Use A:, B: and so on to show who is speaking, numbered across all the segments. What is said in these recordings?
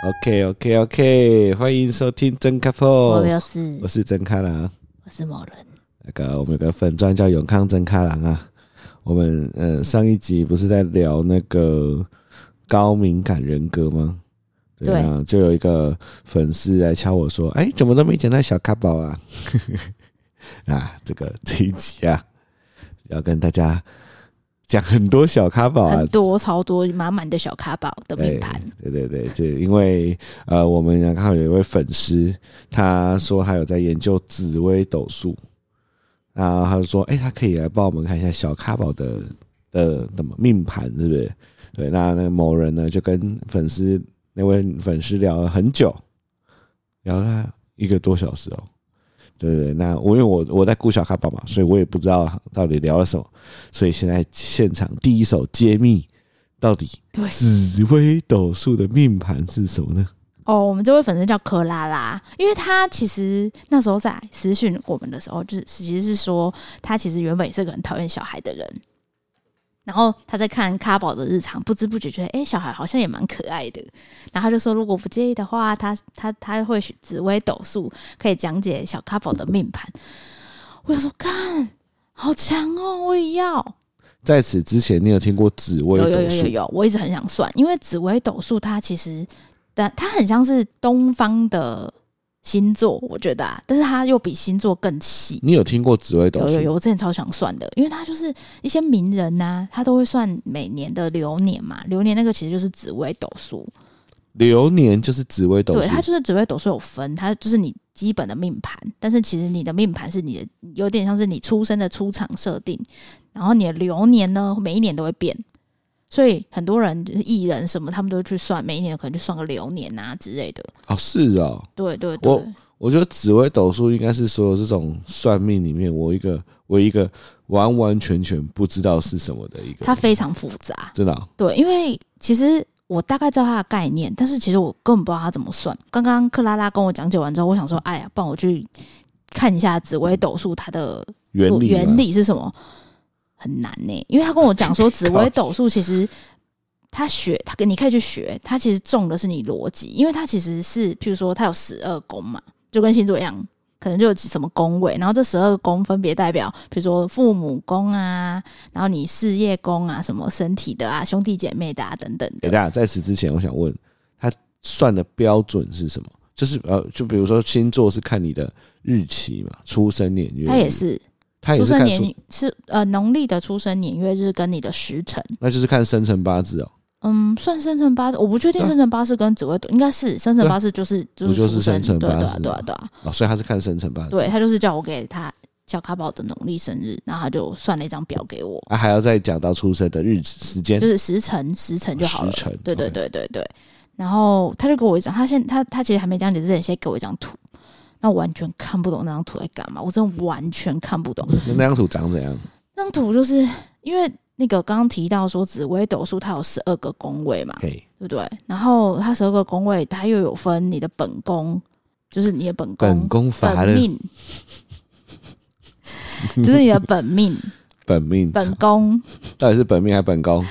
A: OK OK OK，欢迎收听真咖啡，
B: 我
A: 哦我
B: 没有事，
A: 是真咖郎。
B: 我是某人。
A: 那个我们有个粉专叫永康真咖郎啊，我们呃上一集不是在聊那个高敏感人格吗？对啊，就有一个粉丝来敲我说：“哎，怎么都没讲到小咖宝啊？” 啊，这个这一集啊，要跟大家讲很多小咖宝啊哎
B: 很，多超多满满的小卡宝的
A: 对
B: 命盘，
A: 对对对，这因为呃，我们刚好有一位粉丝，他说他有在研究紫微斗数，然后他就说，哎、他可以来帮我们看一下小咖宝的的怎么命盘是不是？对，那那某人呢就跟粉丝那位粉丝聊了很久，聊了一个多小时哦。对对对，那我因为我我在顾小咖宝嘛，所以我也不知道到底聊了什么，所以现在现场第一手揭秘，到底
B: 对
A: 紫微斗数的命盘是什么呢？
B: 哦，我们这位粉丝叫克拉拉，因为她其实那时候在私讯我们的时候，就是其实是说她其实原本也是个很讨厌小孩的人，然后她在看卡宝的日常，不知不觉觉得哎、诶小孩好像也蛮可爱的，然后她就说如果不介意的话，她她她会学紫微斗数，可以讲解小卡宝的命盘。我就说干，好强哦，我也要。
A: 在此之前，你有听过紫微
B: 有有
A: 斗
B: 有有
A: 数？
B: 有，我一直很想算，因为紫微斗数它其实，但它很像是东方的星座，我觉得、啊，但是它又比星座更细。
A: 你有听过紫微嗯斗
B: 有有
A: 数？
B: 有，我之前超想算的，因为它就是一些名人呐、他都会算每年的流年嘛，流年那个其实就是紫微斗数，
A: 流年就是紫微斗
B: 对，它
A: 数，
B: 就是紫微斗数有分，它就是你基本的命盘，但是其实你的命盘是你的，有点像是你出生的出场设定，然后你的流年呢，每一年都会变，所以很多人就是艺人什么，他们都会去算，每一年可能就算个流年啊之类的。
A: 哦，是哦。
B: 对对对，
A: 我我觉得紫微斗数应该是所有这种算命里面，我一个我一个完完全全不知道是什么的一个。
B: 它非常复杂。
A: 真的哦
B: 对，因为其实我大概知道它的概念，但是其实我根本不知道它怎么算。刚刚克拉拉跟我讲解完之后，我想说，哎呀，帮我去看一下紫微斗数它的
A: 原理吗
B: 原理是什么？很难呢、因为他跟我讲 说，紫微斗数其实他学他你可以去学，他其实重的是你逻辑，因为他其实是譬如说他有十二宫嘛，就跟星座一样，可能就有什么宫位，然后这十二宫分别代表，比如说父母宫啊，然后你事业宫啊，什么身体的啊，兄弟姐妹的啊等等
A: 等
B: 的
A: 一。下，在此之前，我想问他算的标准是什么？就是呃，就比如说星座是看你的日期嘛，出生年月日，
B: 他也是
A: 他也
B: 出
A: 是
B: 生
A: 看
B: 年是呃农历的出生年月日跟你的时辰，
A: 那就是看生辰八字哦。
B: 嗯，算生辰八字，我不确定
A: 对啊
B: 生辰八字跟紫微斗应该是生辰八字就是就
A: 嗯不
B: 是
A: 就是
B: 出生
A: 生辰
B: 对啊
A: 八
B: 对
A: 字
B: 啊对啊
A: 吗
B: 对啊，
A: 哦，所以他是看生辰八字，
B: 对他就是叫我给他小卡宝的农历生日，然后他就算了一张表给我，
A: 啊，还要再讲到出生的日子时间，
B: 就是时辰时辰就好了
A: 哎时，辰，
B: 对对
A: OK，
B: 对对对。然后他就给我一张，他现他他其实还没讲解之前，先给我一张图，那我完全看不懂那张图在干嘛，我真的完全看不懂。
A: 那那张图长怎样？
B: 那张图就是因为那个刚刚提到说紫微斗数它有十二个宫位嘛，
A: 嘿，
B: 对不对？然后它十二个宫位，它又有分你的本宫，就是你的本宫、
A: 本宫乏
B: 本
A: 了，
B: 命， 就是你的本命、
A: 本命
B: 本宫
A: 到底是本命还是本宫？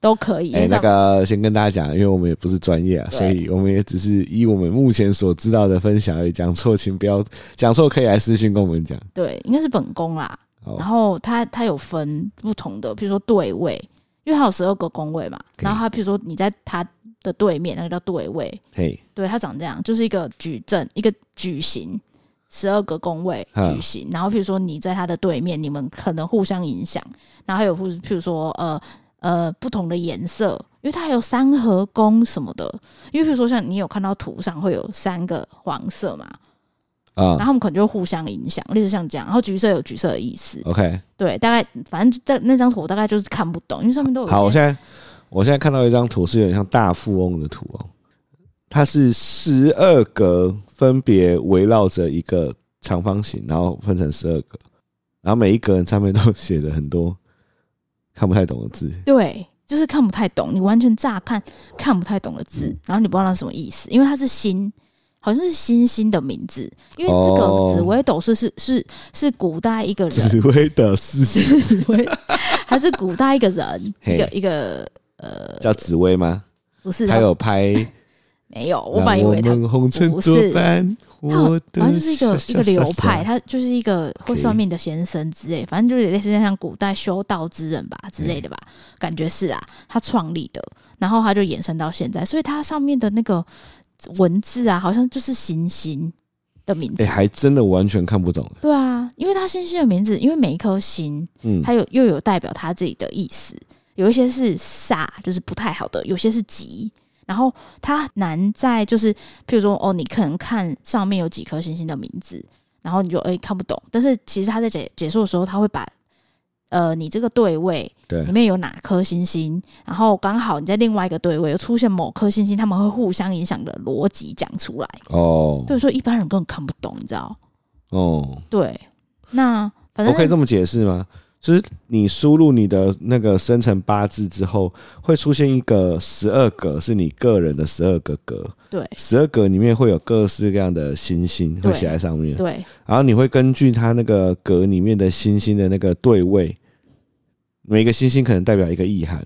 B: 都可以。
A: 哎，那个先跟大家讲，因为我们也不是专业啊，
B: 对
A: 所以我们也只是以我们目前所知道的分享而已。讲错请不要讲错，可以来私信跟我们讲。
B: 对，应该是本宫啦。
A: 好
B: 然后它它有分不同的，比如说对位，因为它有十二个宫位嘛。
A: 对
B: 然后它比如说你在它的对面，那个叫对位，
A: 嘿，
B: 对，它长这样，就是一个矩阵，一个矩形，十二个宫位
A: 嗯
B: 矩形。然后譬如说你在它的对面，你们可能互相影响。然后还有譬如譬如说呃呃不同的颜色，因为它还有三合宫什么的。因为譬如说像你有看到图上会有三个黄色嘛，
A: 啊
B: 然后他们可能就会互相影响，类似像这样。然后橘色有橘色的意思，
A: ，OK，
B: 对，大概反正在那张图我大概就是看不懂，因为上面都有一
A: 好，我
B: 些
A: 现在我现在看到一张图是有点像大富翁的图哦，它是十二格分别围绕着一个长方形，然后分成十二格，然后每一格上面都写着很多看不太懂的字。
B: 对，就是看不太懂，你完全乍看看不太懂的字，然后你不知道那是什么意思，因为它是星，好像是星星的名字，因为这
A: 哦
B: 个紫微斗士是是是古代一个人，
A: 紫薇的是
B: 是紫 薇，还是古代一个人，
A: 嘿
B: 一个一个呃，
A: 叫紫薇吗？
B: 不是
A: 他
B: 他
A: 有拍，
B: 没有，我本来以为他
A: 让我们红尘作伴，
B: 他好
A: 我的
B: 反正就是一个
A: 傻
B: 一个流
A: 傻傻
B: 派，他就是一个会
A: OK
B: 算命的先生之类，反正就是类似像古代修道之人吧之类
A: 嗯
B: 的吧，感觉是啊，他创立的，然后他就延伸到现在，所以它上面的那个文字啊，好像就是行星的名字
A: 哎、，还真的完全看不懂。
B: 对啊，因为它星星的名字，因为每一颗星
A: 嗯，
B: 它有又有代表它自己的意思，有一些是煞，就是不太好的；有些是吉。然后它难在就是，譬如说哦，你可能看上面有几颗星星的名字，然后你就哎、看不懂。但是其实他在解解说的时候，他会把呃你这个对位
A: 对
B: 里，面有哪颗星星，然后刚好你在另外一个对位又出现某颗星星，他们会互相影响的逻辑讲出来。
A: 哦，
B: 对，所以一般人根本看不懂，你知道？
A: 哦，
B: 对，那反
A: 我
B: 正
A: 可以这么解释吗？就是你输入你的那个生辰八字之后，会出现一个十二格，是你个人的十二个格，
B: 对
A: 十二格里面会有各式各样的星星
B: 对
A: 会写在上面，
B: 对
A: 然后你会根据它那个格里面的星星的那个对位，每一个星星可能代表一个意涵，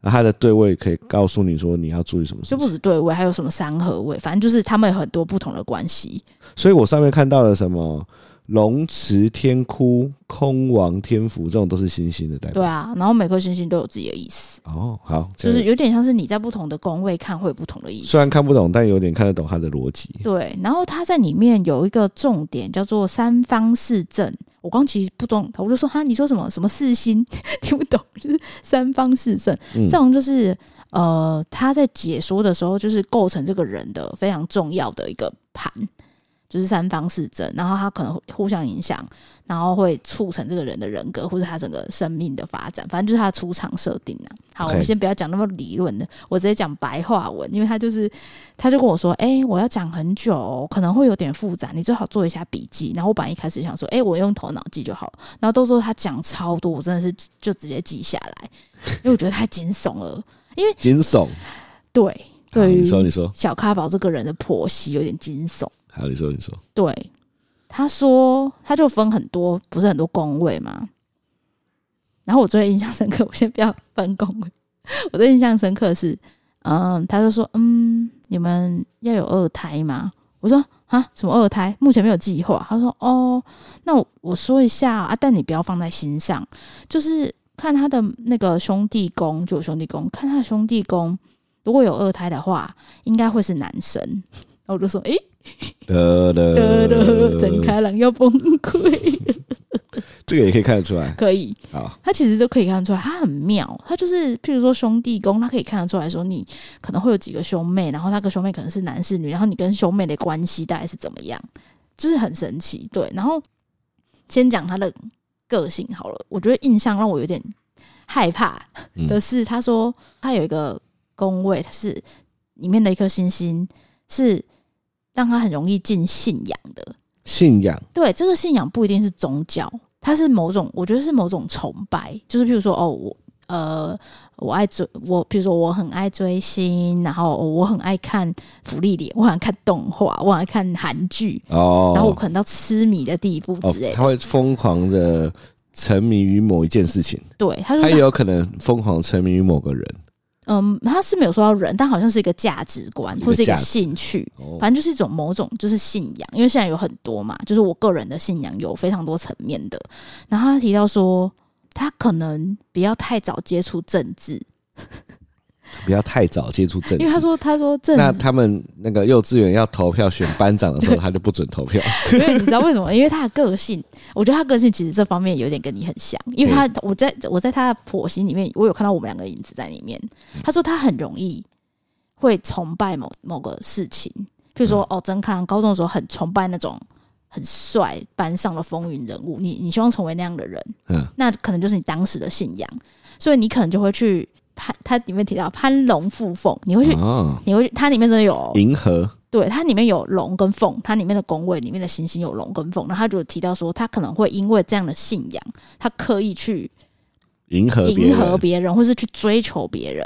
A: 然后它的对位可以告诉你说你要注意什么事
B: 就不
A: 情。
B: 止对位，还有什么三合位，反正就是他们有很多不同的关系。
A: 所以我上面看到了什么龙池天哭、空王天府，这种都是星星的代表。
B: 对啊，然后每颗星星都有自己的意思，
A: 哦，好，这
B: 就
A: 个
B: 是有点像是你在不同的宫位看会有不同的意
A: 虽然
B: 思。
A: 看不懂，但有点看得懂它的逻辑。
B: 对，然后它在里面有一个重点叫做三方四正。我刚其实不懂，我就说哈，你说什么什么四星 听不懂，就是三方四正。
A: 嗯
B: 这种就是呃，他在解说的时候，就是构成这个人的非常重要的一个盘，就是三方四正，然后他可能会互相影响，然后会促成这个人的人格或者他整个生命的发展，反正就是他的出场设定啊。好
A: OK
B: 我们先不要讲那么理论的，我直接讲白话文，因为他就是他就跟我说，哎、我要讲很久哦，可能会有点复杂，你最好做一下笔记。然后我本来一开始想说，哎、我用头脑记就好了，然后到时候他讲超多，我真的是就直接记下来， 因为我觉得太惊悚了。
A: 惊悚，
B: 对，
A: 好
B: 对
A: 你说，你
B: 于
A: 说，
B: 小咖宝这个人的婆媳有点惊悚。
A: 好，你说，你说，
B: 对，他说他就分很多，不是很多宫位嘛。然后我最印象深刻，我先不要分宫位，我最印象深刻的是，嗯，他就说，嗯，你们要有二胎吗？我说啊，什么二胎？目前没有计划。他说哦，那我我说一下啊，但你不要放在心上，就是看他的那个兄弟宫，就有兄弟宫，看他的兄弟宫，如果有二胎的话，应该会是男生。然后我就说，诶、
A: 得
B: 得得，
A: 得
B: 整开朗要崩溃。
A: 这个也可以看得出来。
B: 可以，
A: 好，
B: 他其实都可以看得出来，他很妙。他就是，譬如说兄弟宫，他可以看得出来说你可能会有几个兄妹，然后那个兄妹可能是男是女，然后你跟兄妹的关系大概是怎么样，就是很神奇。对，然后先讲他的个性好了，我觉得印象让我有点害怕
A: 嗯
B: 的是，他说他有一个宫位，他是里面的一颗星星是让他很容易进信仰的，
A: 信仰，
B: 对，这个信仰不一定是宗教，它是某种，我觉得是某种崇拜，就是譬如说，哦，我呃，我爱追我，譬如说我很爱追星，然后我很爱看福利脸，我很爱看动画，我很爱看韩剧，
A: 哦，
B: 然后我可能到痴迷的地步
A: 哦
B: 之类，的。
A: 他会疯狂的沉迷于某一件事情，
B: 对，他
A: 他
B: 说
A: 也有可能疯狂地沉迷于某个人。
B: 嗯，他是没有说到人，但好像是一个价值观
A: 一个
B: 或是一个
A: 价值
B: 兴趣，
A: 哦，
B: 反正就是一种某种就是信仰，因为现在有很多嘛，就是我个人的信仰有非常多层面的。然后他提到说，他可能不要太早接触政治，
A: 不要太早接触政
B: 因为他
A: 治。
B: 说他说政
A: 那
B: 治，
A: 他们那个幼稚园要投票选班长的时候，他就不准投票。
B: 因为你知道为什么？因为他的个性，我觉得他个性其实这方面有点跟你很像，因为他我在我在他的婆媳里面，我有看到我们两个影子在里面。他说他很容易会崇拜某某个事情，譬如说、哦，曾康高中的时候很崇拜那种很帅，班上的风云人物，你你希望成为那样的人，
A: 嗯，
B: 那可能就是你当时的信仰，所以你可能就会去攀，它里面提到攀龙附凤，你会去，
A: 哦，
B: 你会去，它里面真的有，
A: 银河，
B: 对，它里面有龙跟凤，它里面的宫位里面的行星有龙跟凤，然后他就提到说，他可能会因为这样的信仰，他刻意去
A: 银河别
B: 迎
A: 人，
B: 合别人，或是去追求别人。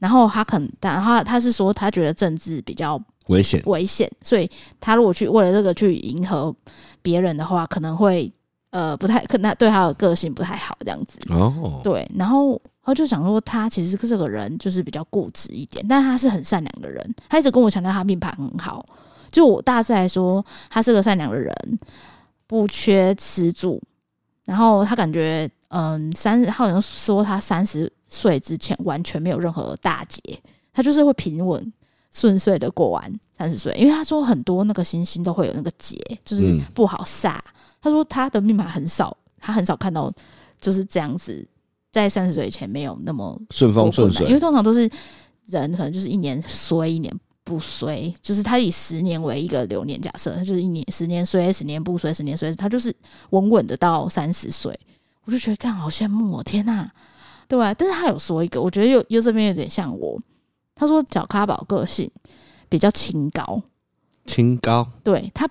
B: 然后他可能，然后他是说他觉得政治比较
A: 危险，
B: 危险，所以他如果去为了这个去迎合别人的话，可能会呃不太，可能他对他的个性不太好这样子。
A: 哦，
B: 对，然后他就想说，他其实这个人就是比较固执一点，但他是很善良的人。他一直跟我强调他命盘很好，就我大致来说，他是个善良的人，不缺吃住。然后他感觉，嗯，三他好像说他三十岁之前完全没有任何大劫，他就是会平稳顺遂的过完三十岁。因为他说很多那个星星都会有那个劫，就是
A: 嗯
B: 不好煞。他说他的命盘很少，他很少看到就是这样子，在三十岁以前没有那么
A: 顺风顺
B: 过困难因
A: 水，
B: 为通常都是人可能就是一年衰一年不衰，就是他以十年为一个流年假设，他就是一年十年衰，十年不衰，十年衰，他就是稳稳的到三十岁，我就觉得干好羡慕哦，天呐、对吧、但是他有说一个，我觉得又又这边有点像我，他说小咖宝个性比较清高，
A: 清高
B: 对他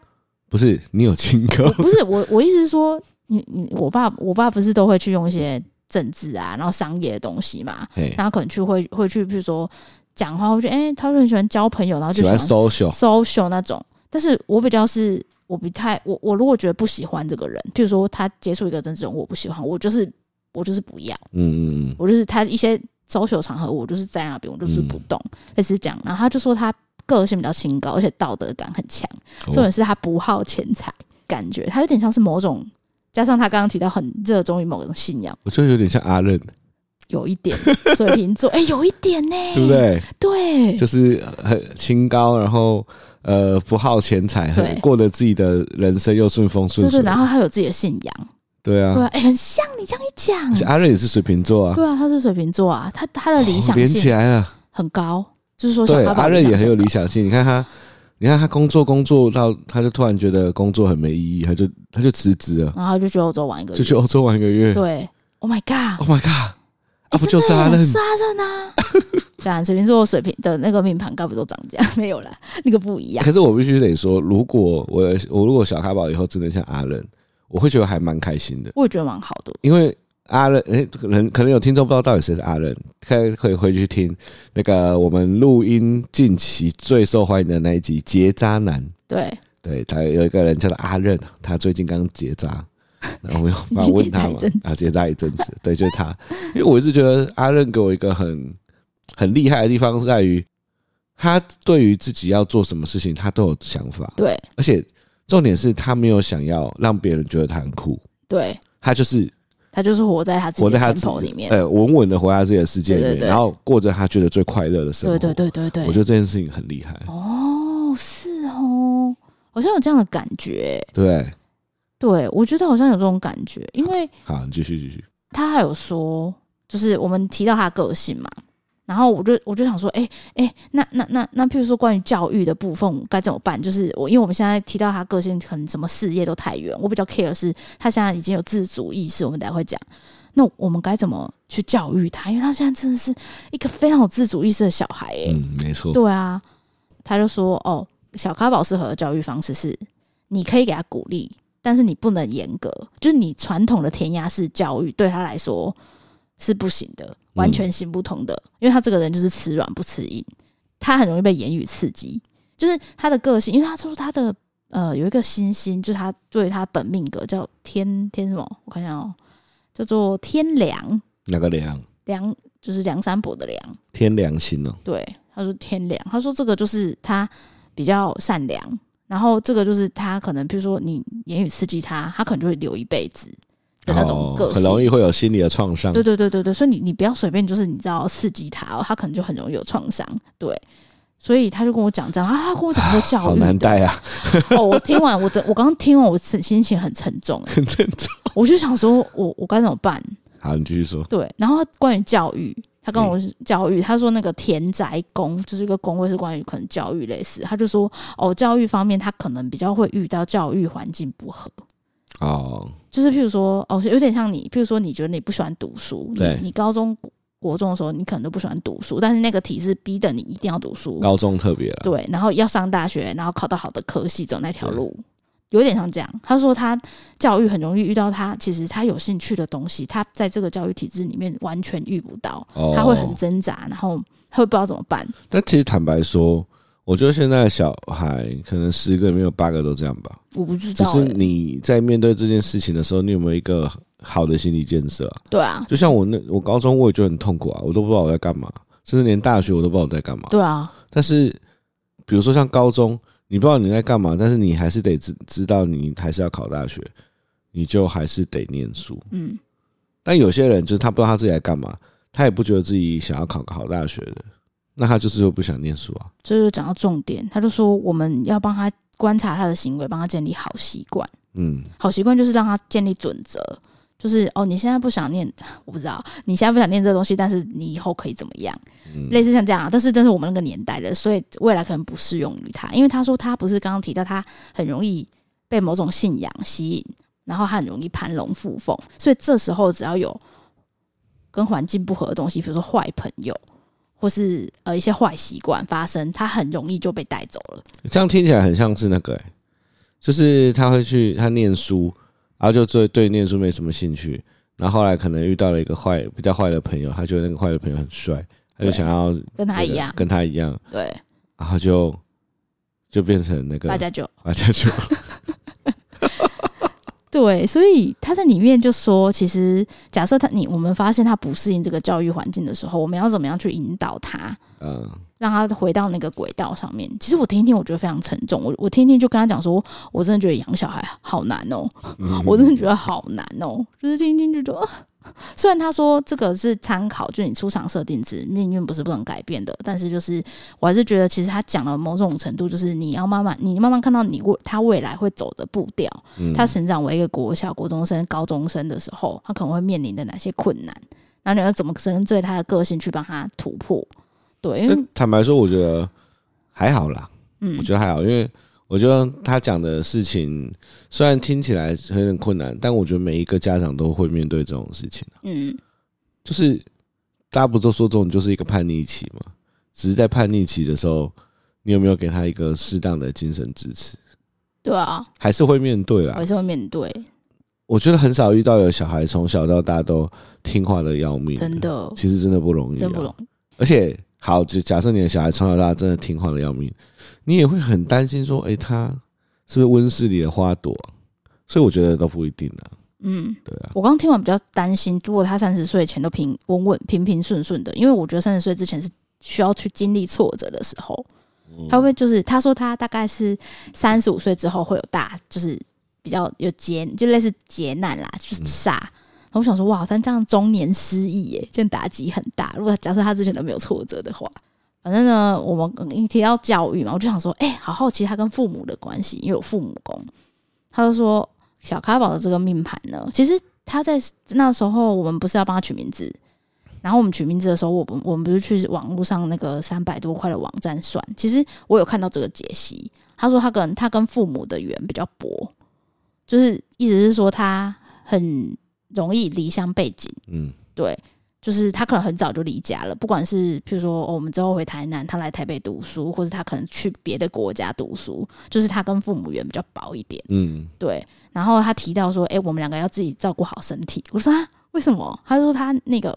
A: 不是你有清 高，
B: 不是我，我意思是说，你你我爸我爸不是都会去用一些政治啊，然后商业的东西嘛，
A: 嘿，
B: 然后可能去会会去，比如说讲话，会觉得哎、诶他就很喜欢交朋友，然后就
A: 喜
B: 喜
A: 欢
B: 欢
A: social，
B: social 那种。但是我比较是，我不太我我如果觉得不喜欢这个人，譬如说他接触一个政治人物，我不喜欢，我就是我就是不要，
A: 嗯嗯
B: 我就是他一些 social 场合，我就是在那边，我就是不
A: 嗯
B: 动，类似这样。然后他就说他个性比较清高，而且道德感很强。
A: 嗯，
B: 重点是他不好钱财，感觉他有点像是某种，加上他刚刚提到很热衷于某种信仰，
A: 我就有点像阿任，
B: 有一点水瓶座，哎、有一点呢、
A: 对不？对？
B: 对，
A: 就是很清高，然后呃不好钱财，很
B: 对
A: 过得自己的人生又顺风顺
B: 对
A: 水
B: 对，，然后他有自己的信仰，
A: 对
B: 对啊
A: 啊，，
B: 哎、很像你这样一讲
A: 而且，阿任也是水瓶座啊，
B: 对啊，他是水瓶座啊，他他的理
A: 哦
B: 想
A: 连起
B: 性
A: 来了。
B: 很高，就是说小
A: 对，
B: 咖宝
A: 阿任也很有
B: 性
A: 理想性。你看他，你看他工作工作到，他就突然觉得工作很没意义，他就他就辞职了
B: 高，，然后他就去欧洲玩一个
A: 就
B: 月，
A: 去欧洲玩一个月。
B: 对，Oh my god，
A: Oh my god！
B: 哎
A: 啊，不就是
B: 真的
A: 阿
B: 耶
A: 任？
B: 是阿任啊。对啊，水瓶座水瓶的那个命盘，该不都长这样？没有啦，那个不一样。
A: 可是我必须得说，如果我我如果小咖宝以后真的像阿任，我会觉得还蛮开心的，
B: 我也觉得蛮好的。
A: 因为阿任，哎、可能可能有听众不知道到底谁是阿任，可以可以回去听那个我们录音近期最受欢迎的那一集《结渣男》。
B: 对，
A: 对他有一个人叫做阿任，他最近刚结扎，然后我
B: 已经
A: 有反问他
B: 结扎一
A: 嘛
B: 阵
A: 啊，结扎一
B: 子，
A: 阵子，对，就是他，因为我一直觉得阿任给我一个很很厉害的地方是在于，他对于自己要做什么事情，他都有想法，
B: 对，
A: 而且重点是他没有想要让别人觉得他很酷，
B: 对，
A: 他就是
B: 他就是活在他自己
A: 活在
B: 的
A: 他
B: t
A: 自
B: e
A: 己
B: 里面。
A: 呃，稳稳的活在自己的世界里面，
B: 对对对
A: 然后过着他觉得最快乐的生活，
B: 对对对对对，
A: 我觉得这件事情很厉害，
B: 哦，是哦，好像有这样的感觉。
A: 对不对，
B: 对，我觉得好像有这种感觉，因为
A: 好，你继续继续，
B: 他还有说，就是我们提到他的个性嘛，然后我就我就想说，哎、哎、那那那那，譬如说关于教育的部分该怎么办？就是我因为我们现在提到他个性，可能什么事业都太远，我比较 care 的是他现在已经有自主意识，我们待会讲。那我们该怎么去教育他？因为他现在真的是一个非常有自主意识的小孩、欸，
A: 嗯，没错，
B: 对啊，他就说哦，小咖宝适合的教育方式是，你可以给他鼓励，但是你不能严格，就是你传统的填鸭式教育对他来说是不行的，完全行不通的，因为他这个人就是吃软不吃硬，他很容易被言语刺激，就是他的个性，因为他说他的。呃，有一个星星，就是他对他本命格叫天天什么？我看一下哦，叫做天良
A: 哪个良？
B: 良，就是梁山伯的梁。
A: 天良心哦，
B: 对，他说天良，他说这个就是他比较善良，然后这个就是他可能，比如说你言语刺激他，他可能就会留一辈子的那种个
A: 哦、
B: 性。
A: 很容易会有心理的创伤。
B: 对对对对对，所以你你不要随便就是你知道刺激他哦，他可能就很容易有创伤。对，所以他就跟我讲这样，啊，他跟我讲说教
A: 好
B: 育的
A: 难带啊，
B: 哦，我听完我真我刚刚听完我心心情很沉重，
A: 很正常。
B: 我就想说我我该怎么办？
A: 好，你继续说。
B: 对，然后关于教育，他跟我教育，他说那个田宅宫就是一个宫位，是关于可能教育类似。他就说哦，教育方面他可能比较会遇到教育环境不合，
A: 哦，
B: 就是譬如说哦，有点像你，譬如说你觉得你不喜欢读书，你
A: 对
B: 你高中国中的时候你可能都不喜欢读书，但是那个体制逼得你一定要读书，
A: 高中特别了，
B: 对，然后要上大学，然后考到好的科系，走那条路，有点像这样。他说他教育很容易遇到他，其实他有兴趣的东西，他在这个教育体制里面完全遇不到，
A: 哦，
B: 他会很挣扎，然后他会不知道怎么办。
A: 但其实坦白说，我觉得现在的小孩可能十个里面有八个都这样吧。
B: 我不知
A: 只
B: 道、
A: 是
B: 欸，
A: 你在面对这件事情的时候，你有没有一个好的心理建设啊？
B: 对啊，
A: 就像我那我高中我也觉得很痛苦啊，我都不知道我在干嘛，甚至连大学我都不知道我在干嘛。
B: 对啊，
A: 但是比如说像高中，你不知道你在干嘛，但是你还是得知知道你还是要考大学，你就还是得念书。
B: 嗯，
A: 但有些人就是他不知道他自己在干嘛，他也不觉得自己想要考个好大学的，那他就是不想念书啊。
B: 这就讲到重点，他就说我们要帮他观察他的行为，帮他建立好习惯。
A: 嗯，
B: 好习惯就是让他建立准则，就是哦，你现在不想念， 我不知道你现在不想念这个东西，但是你以后可以怎么样？
A: 嗯
B: 类似像这样啊，但是这是我们那个年代的，所以未来可能不适用于他，因为他说他不是刚刚提到他很容易被某种信仰吸引，然后他很容易攀龙附凤，所以这时候只要有跟环境不合的东西，比如说坏朋友。或是呃一些坏习惯发生，他很容易就被带走了。
A: 这样听起来很像是那个、欸，就是他会去他念书，然后就对对念书没什么兴趣，然后后来可能遇到了一个坏比较坏的朋友，他觉得那个坏的朋友很帅，他就想要
B: 跟他
A: 那个
B: 一样，
A: 跟他一样，
B: 对，
A: 然后就就变成那个
B: 大家就
A: 大家就
B: 对，所以他在里面就说，其实假设他你我们发现他不适应这个教育环境的时候，我们要怎么样去引导他，
A: 嗯
B: 让他回到那个轨道上面？其实我听一听，我觉得非常沉重。我我听一听就跟他讲说，我真的觉得养小孩好难哦、
A: 嗯
B: 我真的觉得好难哦、就是听一听就觉得，啊虽然他说这个是参考，就你出厂设定值，命运不是不能改变的，但是就是我还是觉得，其实他讲了某种程度，就是你要慢慢，你慢慢看到你未他未来会走的步调。
A: 嗯
B: 他成长为一个国小、国中生、高中生的时候，他可能会面临的哪些困难？然后你要怎么针对他的个性去帮他突破？对，因为
A: 但坦白说，我觉得还好啦，
B: 嗯
A: 我觉得还好，因为我觉得他讲的事情虽然听起来有点困难，但我觉得每一个家长都会面对这种事情。啊
B: 嗯，
A: 就是大家不都说这种就是一个叛逆期嘛？只是在叛逆期的时候，你有没有给他一个适当的精神支持？
B: 对啊，
A: 还是会面对
B: 我
A: 啦
B: 也。是会面对，
A: 我觉得很少遇到有小孩从小到大都听话的要命，啊
B: 真，的
A: 其实真的不嗯容易、啊，
B: 真不容易。
A: 而且，好，就假设你的小孩从小到大真的听话的要命，你也会很担心说，诶，他是不是温室里的花朵啊、所以我觉得都不一定啊，
B: 嗯，
A: 对啊，
B: 我刚听完比较担心，如果他三十岁前都平稳稳、平平顺顺的，因为我觉得三十岁之前是需要去经历挫折的时候，
A: 嗯
B: 他会不会就是他说他大概是三十五岁之后会有大，就是比较有劫，就类似劫难啦，就是
A: 嗯
B: 煞。然后我想说，哇，但这样中年失忆耶，这样打击很大。如果假设他之前都没有挫折的话，反正呢，我们嗯一提到教育嘛，我就想说，哎、好好奇他跟父母的关系，因为有父母宫。他就说，小咖宝的这个命盘呢，其实他在那时候我们不是要帮他取名字，然后我们取名字的时候，我们我们不是去网络上那个三百多块的网站算，其实我有看到这个解析，他说他跟他跟父母的缘比较薄，就是意思是说他很容易离乡背景，
A: 嗯，
B: 对，就是他可能很早就离家了，不管是譬如说、哦我们之后回台南，他来台北读书，或者他可能去别的国家读书，就是他跟父母缘比较薄一点。
A: 嗯，
B: 对，然后他提到说，哎、我们两个要自己照顾好身体。我说啊，为什么？他说他那个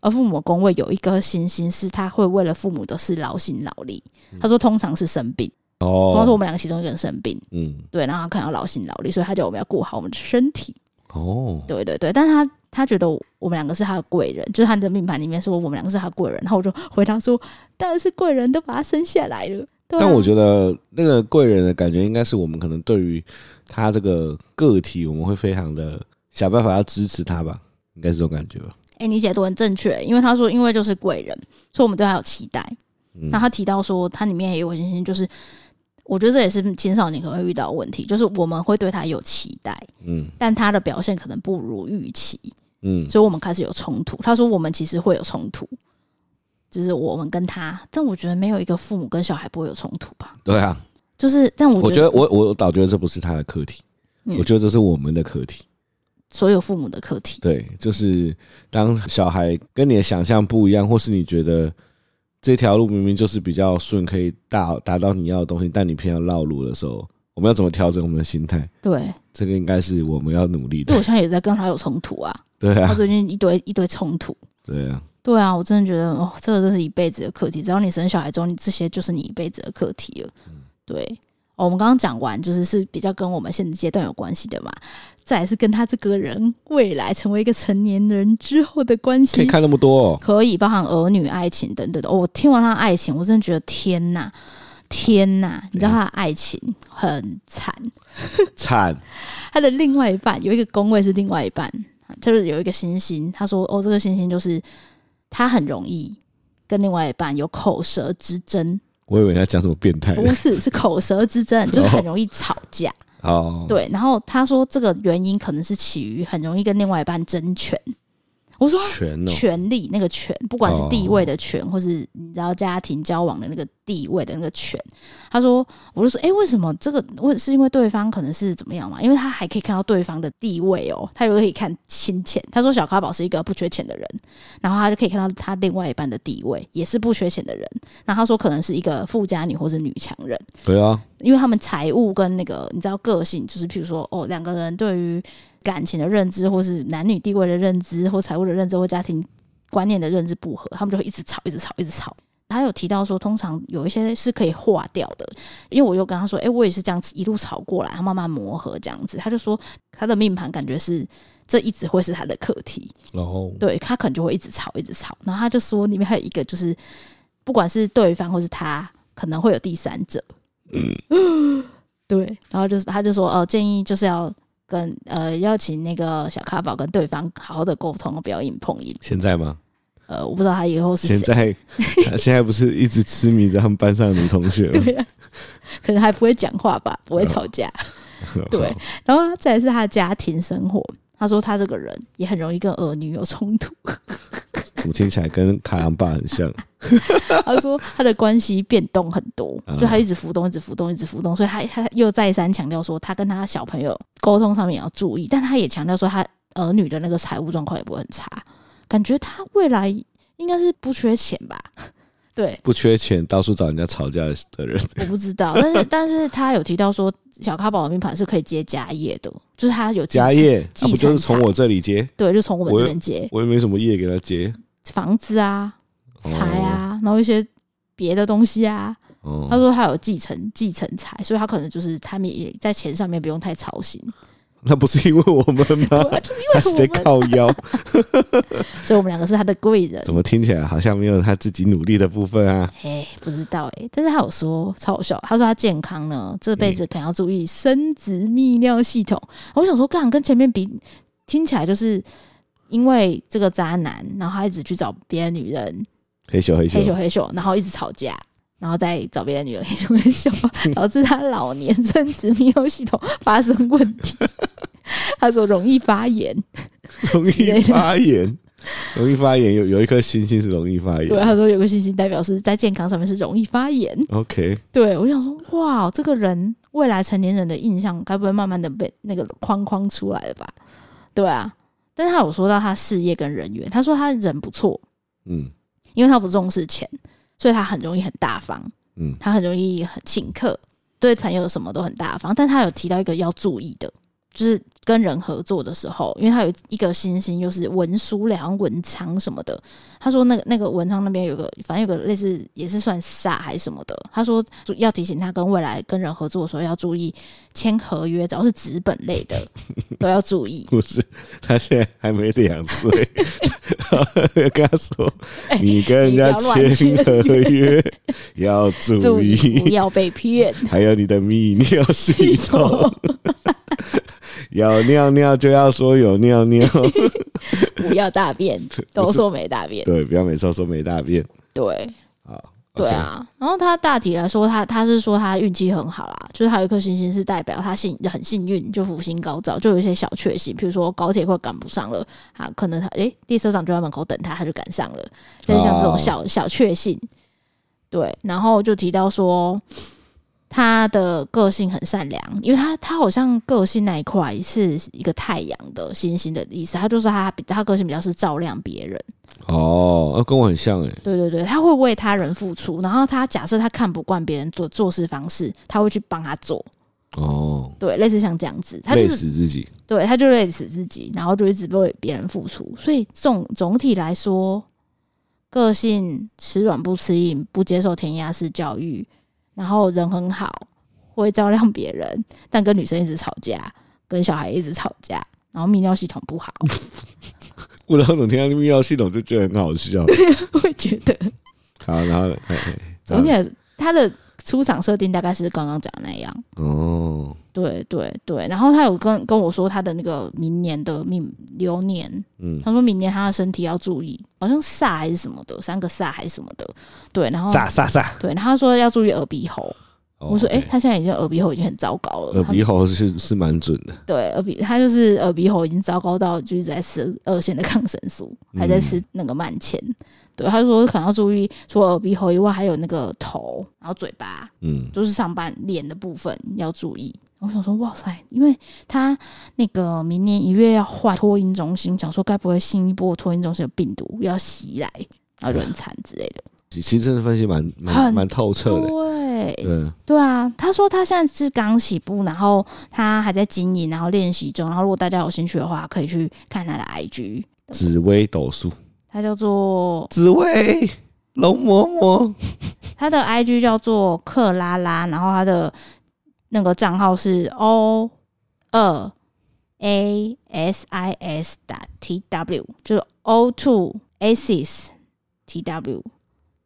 B: 呃父母宫位有一颗星星，是他会为了父母的事劳心劳力。他说通常是生病，
A: 嗯哦，
B: 他说我们两个其中一个人生病，
A: 嗯，
B: 对，然后他可能要劳心劳力，所以他叫我们要顾好我们的身体。
A: 哦，
B: 对对对，但是他他觉得我们两个是他的贵人，就是他的命盘里面说我们两个是他的贵人，然后我就回答说，当然是贵人都把他生下来了。对啊、
A: 但我觉得那个贵人的感觉，应该是我们可能对于他这个个体，我们会非常的想办法要支持他吧，应该是这种感觉吧。
B: 哎、你解读很正确，因为他说因为就是贵人，所以我们对他有期待。
A: 嗯
B: 那他提到说，他里面也有个星星，就是我觉得这也是青少年可能会遇到的问题，就是我们会对他有期待，
A: 嗯
B: 但他的表现可能不如预期，
A: 嗯
B: 所以我们开始有冲突。他说我们其实会有冲突，就是我们跟他，但我觉得没有一个父母跟小孩不会有冲突吧。
A: 对啊，
B: 就是，但我
A: 我
B: 觉
A: 觉得我我倒觉得这不是他的课题，
B: 嗯
A: 我觉得这是我们的课题。
B: 所有父母的课题，
A: 对，就是当小孩跟你的想象不一样，或是你觉得这条路明明就是比较顺，可以达达到你要的东西，但你偏要绕路的时候，我们要怎么调整我们的心态？
B: 对，
A: 这个应该是我们要努力
B: 因为
A: 的
B: 我。现在也在跟他有冲 突啊，
A: 对
B: 他
A: 啊，
B: 最近一堆一堆冲突。
A: 对啊，
B: 对啊，我真的觉得哦，这个就是一辈子的课题。只要你生小孩之后，你这些就是你一辈子的课题了。
A: 嗯
B: 对，哦、我们刚刚讲完，就是是比较跟我们现阶段有关系的嘛。再来是跟他这个人未来成为一个成年人之后的关
A: 可以
B: 系，
A: 看那么多、哦。
B: 可以包含儿女、爱情等等的、哦我听完他的爱情，我真的觉得天哪，天哪！你知道他的爱情很惨，
A: 惨，
B: 他的另外一半有一个宫位是另外一半，就是有一个星星，他说哦，这个星星就是他很容易跟另外一半有口舌之争，
A: 我以为他讲什么变态
B: 不是是口舌之争，就是很容易吵架。
A: 哦。，
B: 对，然后他说这个原因可能是起于很容易跟另外一半争权。我说
A: 全哦，
B: 权力那个权，不管是地位的权，或是你知道家庭交往的那个地位的那个权。他说，我就说，哎、为什么这个？问是因为对方可能是怎么样嘛？因为他还可以看到对方的地位哦，他有可以看金钱。他说小咖宝是一个不缺钱的人，然后他就可以看到他另外一半的地位，也是不缺钱的人。然后他说可能是一个富家女或是女强人。
A: 对啊，
B: 因为他们财务跟那个你知道个性，就是譬如说哦，两个人对于感情的认知，或是男女地位的认知，或财务的认知，或家庭观念的认知不合，他们就会一直吵，一直吵，一直吵。他有提到说，通常有一些是可以化掉的，因为我有跟他说，诶，哎我也是这样子一路吵过来，他慢慢磨合这样子。他就说，他的命盘感觉是这一直会是他的课题，
A: 然后
B: 对他可能就会一直吵，一直吵。然后他就说，里面还有一个就是，不管是对方或是他，可能会有第三者。
A: 嗯
B: 对，然后就是他就说，呃，建议就是要跟呃要请那个小咖宝跟对方好好的沟通，不要硬碰硬。
A: 现在吗？
B: 呃，我不知道他以后是
A: 现
B: 谁，
A: 在他现在不是一直痴迷着他们班上的女同学吗？
B: 对啊，可能还不会讲话吧，不会吵架。
A: 嗯
B: 对，然后再来是他的家庭生活。他说他这个人也很容易跟儿女有冲突。
A: 怎么听起来跟卡郎爸很像？
B: 他说他的关系变动很多
A: 嗯，
B: 就他一直浮动，一直浮动，一直浮动，所以他他又再三强调说，他跟他小朋友沟通上面也要注意，但他也强调说，他儿女的那个财务状况也不会很差，感觉他未来应该是不缺钱吧？ 对，
A: 不缺钱，到处找人家吵架的人，
B: 我不知道，但是但是他有提到说，小咖宝的命盘是可以接家业的，就是他 有
A: 家
B: 继承，
A: 业
B: 继
A: 啊、不就是从
B: 财
A: 我这里接？
B: 对，就从我们
A: 我
B: 这边接
A: 我也没什么业给他接。
B: 房子啊、
A: 哦
B: 财啊，然后一些别的东西啊，
A: 哦，
B: 他说他有继承继承财，所以他可能就是他们也在钱上面不用太操 心，
A: 那不是因为我们吗？
B: 对，就是
A: 他是
B: 因
A: 在
B: 为我们，
A: 靠腰，
B: 所以我们两个是他的贵人。
A: 怎么听起来好像没有他自己努力的部分啊？
B: 哎、不知道哎、但是他有说超好笑，他说他健康呢，这辈
A: 嗯
B: 子可能要注意生殖泌尿系统。我想说，干跟前面比，听起来就是因为这个渣男，然后他一直去找别的女人，
A: 黑咻黑
B: 黑咻
A: 咻，
B: 黑咻，然后一直吵架，然后再找别的女人黑咻黑咻， 导致他老年生殖泌尿系统发生问题。他说容易发炎，
A: 容易
B: 类的
A: 发炎，容易发炎。有有一颗星星是容易发
B: 对，他
A: 炎。
B: 说有个信息代表是在健康上面是容易发炎。
A: OK，
B: 对我想说，哇，这个人未来成年人的印象，该不会慢慢的被那个框框出来了吧？对啊，但是他有说到他事业跟人缘，他说他人不错，
A: 嗯
B: 因为他不重视钱，所以他很容易很大方。
A: 嗯，
B: 他很容易很请客，对朋友什么都很大方。但他有提到一个要注意的，就是跟人合作的时候，因为他有一个星星，就是文书类，好像文昌什么的。他说那个那个文昌那边有个，反正有个类似也是算煞还是什么的。他说就要提醒他跟未来跟人合作的时候要注意签合约，只要是纸本类的 都要注意。
A: 不是，他现在还没两岁， 跟他说，
B: 哎
A: 你跟人家签合约要注
B: 注
A: 意，
B: 意不要被 骗。
A: 还有你的泌尿 系统，有尿尿就要说有尿 尿，
B: 不要大便，都说没大便。
A: 对，不要每次都说没大便。
B: 对，
A: 好
B: 对啊，然后他大体来说，他他是说他运气很好啦，就是他有一颗星星是代表他幸很幸运，就福星高照，就有一些小确幸，比如说高铁快赶不上了，啊，可能他诶、列车长就在门口等他，他就赶上了，就是像这种小小确幸。对，然后就提到说他的个性很善良，因为他他好像个性那一块是一个太阳的星星的意思，他就说他比他个性比较是照亮别人。
A: 哦，啊跟我很像哎、
B: 对对对，他会为他人付出，然后他假设他看不惯别人做做事方式，他会去帮他做，
A: 哦，
B: 对，类似像这样子，他就
A: 累
B: 是
A: 死自己，
B: 对，他就累死自己，然后就一直为别人付出，所以总总体来说，个性吃软不吃硬，不接受填鸭式教育，然后人很好，会照亮别人，但跟女生一直吵架，跟小孩一直吵架，然后泌尿系统不好，
A: 我老总听到泌尿系统就觉得很好 笑。
B: 会觉得
A: 好，然后嘿嗯嘿
B: 总体来他的出场设定大概是刚刚讲的那样。
A: 哦，
B: 对对对，然后他有跟跟我说他的那个明年的命流年，
A: 嗯，
B: 他说明年他的身体要注意，好像煞还是什么的，三个煞还是什么的，对，然后
A: 杀杀杀！
B: 对，然后他说要注意耳鼻喉，
A: 哦
B: 我说诶，
A: OK
B: 他现在已经耳鼻喉已经很糟糕了，
A: 耳
B: 他
A: 鼻喉是是蛮准的，
B: 对耳鼻他就是耳鼻喉已经糟糕到就是在吃二线的 抗生素，还在
A: 嗯
B: 吃那个曼前，对，他说可能要注意，除了耳鼻喉以外，还有那个头，然后嘴巴，
A: 嗯，
B: 就是上半脸的部分要注意。我想说，哇塞，因为他那个明年一月要换托婴中心，想说该不会新一波托婴中心的病毒要袭来，然后就很惨之类的。
A: 其其实真的分析蛮蛮
B: 很
A: 蛮透彻的，
B: 对
A: 对，
B: 对啊，他说他现在是刚起步，然后他还在经营，然后练习中。然后如果大家有兴趣的话，可以去看他的 IG，
A: 紫薇斗数，
B: 他叫做
A: 紫薇龙嬷嬷，
B: 他的 IG 叫做克拉拉，然后他的那个账号是 O 二 A S I S 打 T W，就是 O two Asis T W，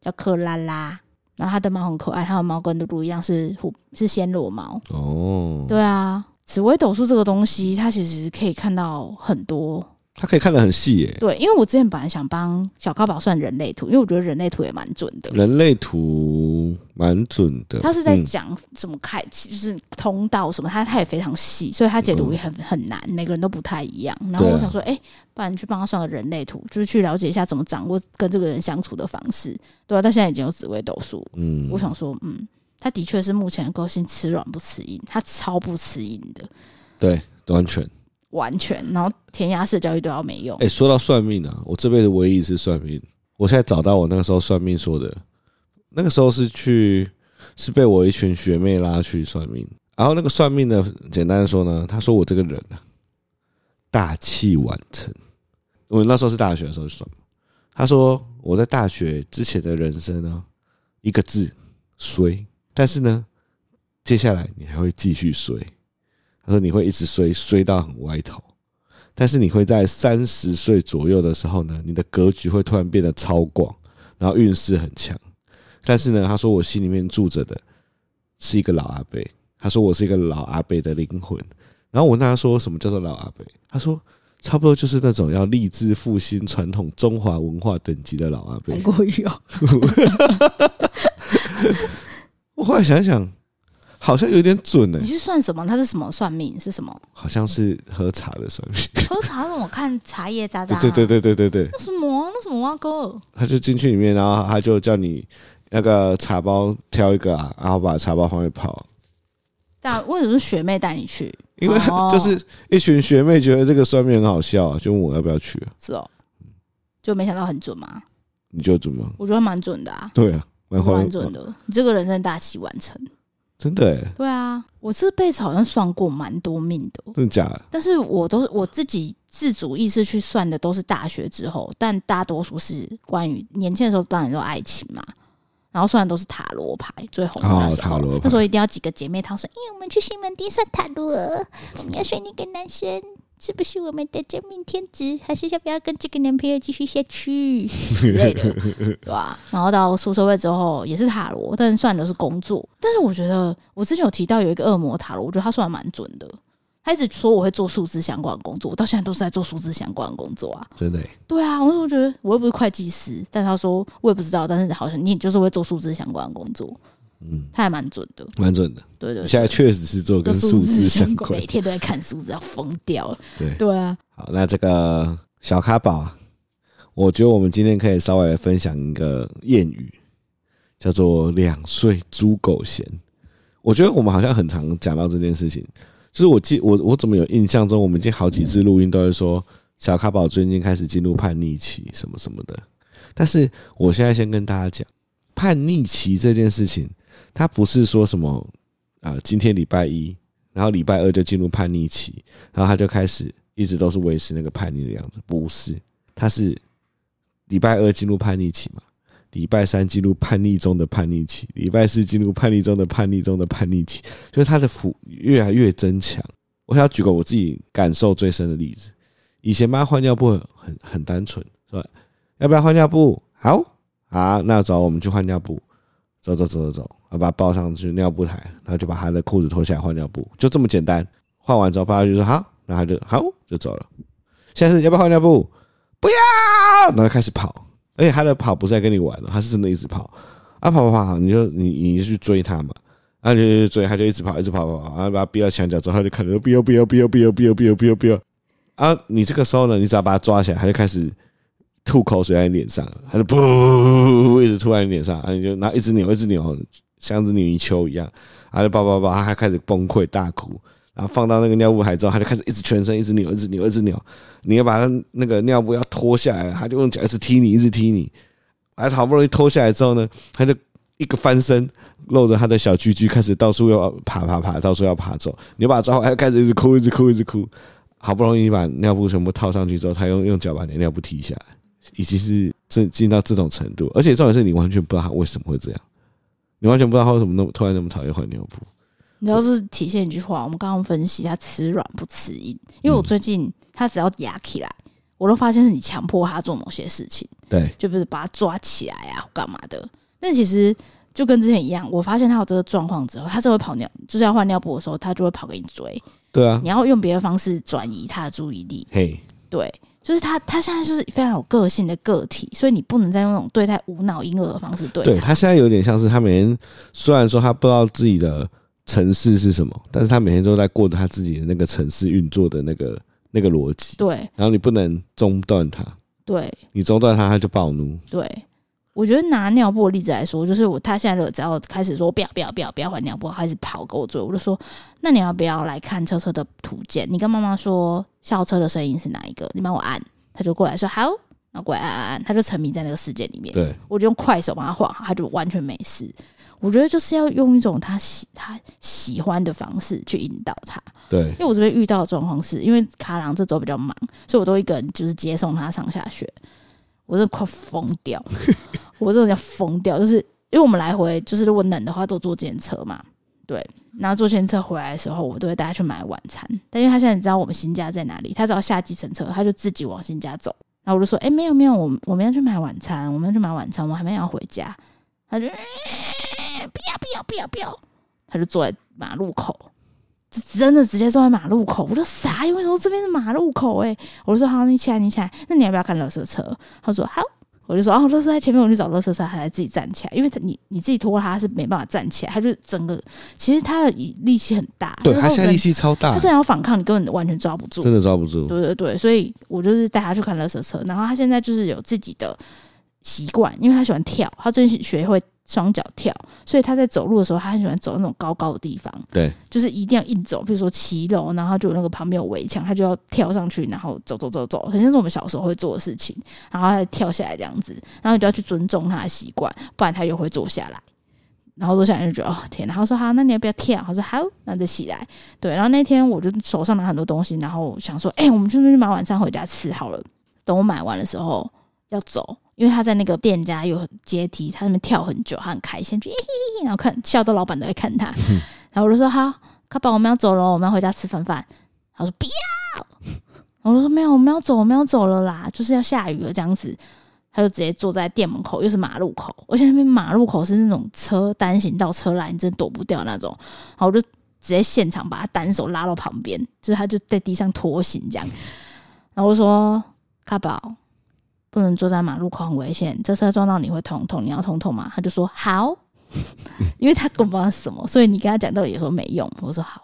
B: 叫克拉拉。然后他的猫很可爱，他的猫跟露露一样是虎是暹罗猫。
A: 哦，
B: 对啊，紫微斗数这个东西，它其实可以看到很多。
A: 他可以看得很细耶，
B: 对，因为我之前本来想帮小高宝算人类图，因为我觉得人类图也蛮准的。
A: 人类图蛮准的，
B: 他是在
A: 嗯
B: 讲怎么开，就是通道什么，他他也非常细，所以他解读也很很难，每个人都不太一样。然后
A: 嗯对啊
B: 我想说，哎、不然你去帮他算个人类图，就是去了解一下怎么掌握跟这个人相处的方式，对啊，他现在已经有紫微斗数，
A: 嗯
B: 我想说，嗯，他的确是目前个性吃软不吃硬，他超不吃硬的，
A: 对，完全。
B: 完全。然后填鸭式教育都要没用
A: 哎、，说到算命啊，我这辈子唯一一次算命，我现在找到我那个时候算命说的，那个时候是去是被我一群学妹拉去算命，然后那个算命的，简单的说呢，他说我这个人啊，大器晚成。我那时候是大学的时候去算，他说我在大学之前的人生呢，一个字衰，但是呢，接下来你还会继续衰。他说你会一直衰，衰到很歪头。但是你会在三十岁左右的时候呢，你的格局会突然变得超广，然后运势很强。但是呢，他说我心里面住着的是一个老阿伯，他说我是一个老阿伯的灵魂。然后我问他说什么叫做老阿伯，他说差不多就是那种要立志复兴传统中华文化等级的老阿伯
B: 韩。国语哦，
A: 我后来想想，好像有点准呢、
B: 你是算什么？他是什么算命？是什么？
A: 好像是喝茶的算命。
B: 喝茶让我看茶叶渣啊渣、
A: 对对。对对对对对，
B: 那什么？那什么啊，哥？
A: 他就进去里面，然后他就叫你那个茶包挑一个啊，然后把茶包放去泡，
B: 但啊为什么是学妹带你去？
A: 因为
B: 哦
A: 就是一群学妹觉得这个算命很好笑、啊，就问我要不要去、
B: 是哦，就没想到很准嘛。
A: 你就怎么？
B: 我觉得蛮准的啊，
A: 对啊，蛮荒
B: 蛮准的。你这个人生大器晚成。
A: 真的、欸，
B: 对啊，我这辈子好像算过蛮多命的，哦
A: 真的假的？
B: 但是我都是我自己自主意识去算的，都是大学之后，但大多数是关于年轻的时候，当然就爱情嘛。然后算的都是塔罗牌最红的那时
A: 哦塔
B: 候，
A: 罗牌
B: 那时候一定要几个姐妹她说：“哎、我们去西门町算塔罗，我们要选那个男生是不是我们的真命天子，还是要不要跟这个男朋友继续下 去之类的，对吧、然后到出社会之后也是塔罗，但是算的是工作。但是我觉得我之前有提到有一个恶魔塔罗，我觉得他算的蛮准的，他一直说我会做数字相关的工作，我到现在都是在做数字相关的工作啊。
A: 真的、欸，
B: 对啊，我就觉得我又不是会计师，但他说我也不知道，但是好像你就是会做数字相关的工作，
A: 嗯，
B: 他还蛮准的。
A: 蛮准的。
B: 对对
A: 现在确实是做
B: 跟
A: 跟数字相关
B: 每。天都在看数字，要疯掉了。
A: 对
B: 对啊，
A: 好，那这个小咖宝啊，我觉得我们今天可以稍微来分享一个谚语，叫做“两岁猪狗嫌”。我觉得我们好像很常讲到这件事情，就是我记我我怎么有印象中，我们已经好几次录音都会说小咖宝最近开始进入叛逆期什么什么的。但是我现在先跟大家讲，叛逆期这件事情，它不是说什么啊、呃今天礼拜一，然后礼拜二就进入叛逆期，然后他就开始一直都是维持那个叛逆的样子，不是，他是礼拜二进入叛逆期嘛，礼拜三进入叛逆中的叛逆期，礼拜四进入叛逆中的叛逆中的叛逆期，就是他的幅越来越增强。我想要举个我自己感受最深的例子，以前妈换尿布很很单纯，说要不要换尿布？好啊，那走，我们去换尿布。走走走走走，然后把他抱上去尿布台，然后就把他的裤子脱下来换尿布，就这么简单。换完之后，爸爸就说好，然后他就好就走了。现在是要不要换尿布？不要，然后开始跑，而且他的跑不是在跟你玩了，他是真的一直跑啊跑跑跑，你就你你就去追他嘛，啊你就去追，他就一直跑，一直跑跑跑，然后把他逼到墙角之后，他就看着不要不要不要不要不要不要不要不要，啊你这个时候呢，你只要把他抓起来，他就开始。吐口水在你脸上，他就噗一直吐在你脸上，啊，你就然后一直扭，一直扭，像只泥鳅一样，然后就抱抱抱，他开始崩溃大哭，然后放到那个尿布台之后，他就开始一直全身一直扭，一直扭，一直扭。你要把他那个尿布要脱下来，他就用脚一直踢你，一直踢你。哎，好不容易脱下来之后呢，他就一个翻身，露着他的小居居，开始到处要爬爬爬，到处要爬走。你把他抓回来，哎他开始一直哭，一直哭，一直哭。好不容易把尿布全部套上去之后，他用用脚把你的尿布踢下来，已经是这进到这种程度。而且重点是你完全不知道他为什么会这样，你完全不知道他为什么那么突然那么讨厌换尿布。
B: 你知道是体现一句话，我们刚刚分析他吃软不吃硬，
A: 嗯
B: 因为我最近他只要压起来，我都发现是你强迫他做某些事情，
A: 对，
B: 就不是把他抓起来啊，干嘛的。但其实就跟之前一样，我发现他有这个状况之后，他就会跑尿，就是要换尿布的时候，他就会跑给你追，
A: 对啊
B: 你，要用别的方式转移他的注意力。
A: 嘿，
B: 对，就是他，他现在就是非常有个性的个体，所以你不能再用那种对待无脑婴儿的方式对
A: 对
B: 待。
A: 他现在有点像是他每天，虽然说他不知道自己的城市是什么，但是他每天都在过着他自己的那个城市运作的那个那个逻辑。
B: 对
A: 然后你不能中断他，
B: 对
A: 你中断他他就暴怒。
B: 对，我觉得拿尿布的例子来说，就是我他现在只要开始说不要不要不要不要换尿布，开始跑给我追，我就说那你要不要来看车车的图鉴？你跟妈妈说校车的声音是哪一个？你帮我按，他就过来说好，然后过来按按按，他就沉迷在那个世界里面。
A: 对，
B: 我就用快手帮他画好，他就完全没事。我觉得就是要用一种他喜他喜欢的方式去引导他，
A: 对
B: 因，为我这边遇到的状况是因为卡郎这周比较忙，所以我都一个人就是接送他上下学，我真的快疯掉， 我真的要疯掉，就是因为我们来回就是如果冷的话都坐电车嘛，对，然后坐电车回来的时候，我都会带他去买晚餐，但因为他现在知道我们新家在哪里，他只要下计程车，他就自己往新家走，然后我就说，哎、没有没有，我们我们要去买晚餐，我们要去买晚餐，我们还没有要回家，他就、呃不要不要不要不要，他就坐在马路口。就真的直接坐在马路口，我就傻眼，为什么这边是马路口、欸？哎，我就说好，你起来，你起来，那你要不要看垃圾车？他说好，我就说哦，垃圾在前面，我去找垃圾车，他才自己站起来，因为他你你自己拖他他是没办法站起来，他就整个其实他的力气很大，
A: 对
B: 就是
A: 他现在力
B: 人
A: 气超大
B: 他，是要反抗，你根本完全抓不住，
A: 真的抓不住。
B: 对对对，所以我就是带他去看垃圾车，然后他现在就是有自己的习惯，因为他喜欢跳，他最近学会双脚跳，所以他在走路的时候，他很喜欢走那种高高的地方，
A: 对，
B: 就是一定要硬走，比如说骑楼，然后就有那个旁边有围墙，他就要跳上去，然后走走走走，很像是我们小时候会做的事情，然后他跳下来这样子，然后你就要去尊重他的习惯，不然他又会坐下来。然后坐下来就觉得哦天哪，然后说好，那你要不要跳？我说好，那再起来。对，然后那天我就手上拿很多东西，然后想说，哎、我们去不去买晚餐回家吃好了？等我买完的时候要走，因为他在那个店家有阶梯，他在那边跳很久，他很开心，就耶耶耶，然后看笑到老板都在看他，然后我就说好，卡宝，我们要走了，我们要回家吃饭饭。他说不要， 我就说没有，我们要走，我们要走了啦，就是要下雨了这样子。他就直接坐在店门口，又是马路口，而且那边马路口是那种车单行道车来，你真的躲不掉那种。然后我就直接现场把他单手拉到旁边，就是他就在地上拖行这样。然后我说：“卡宝，不能坐在马路口很危险，这车撞到你会痛痛，你要痛痛吗？”他就说：“好。” 因为他根本不知道是什么，所以你跟他讲道理也说没用。我说：“好。”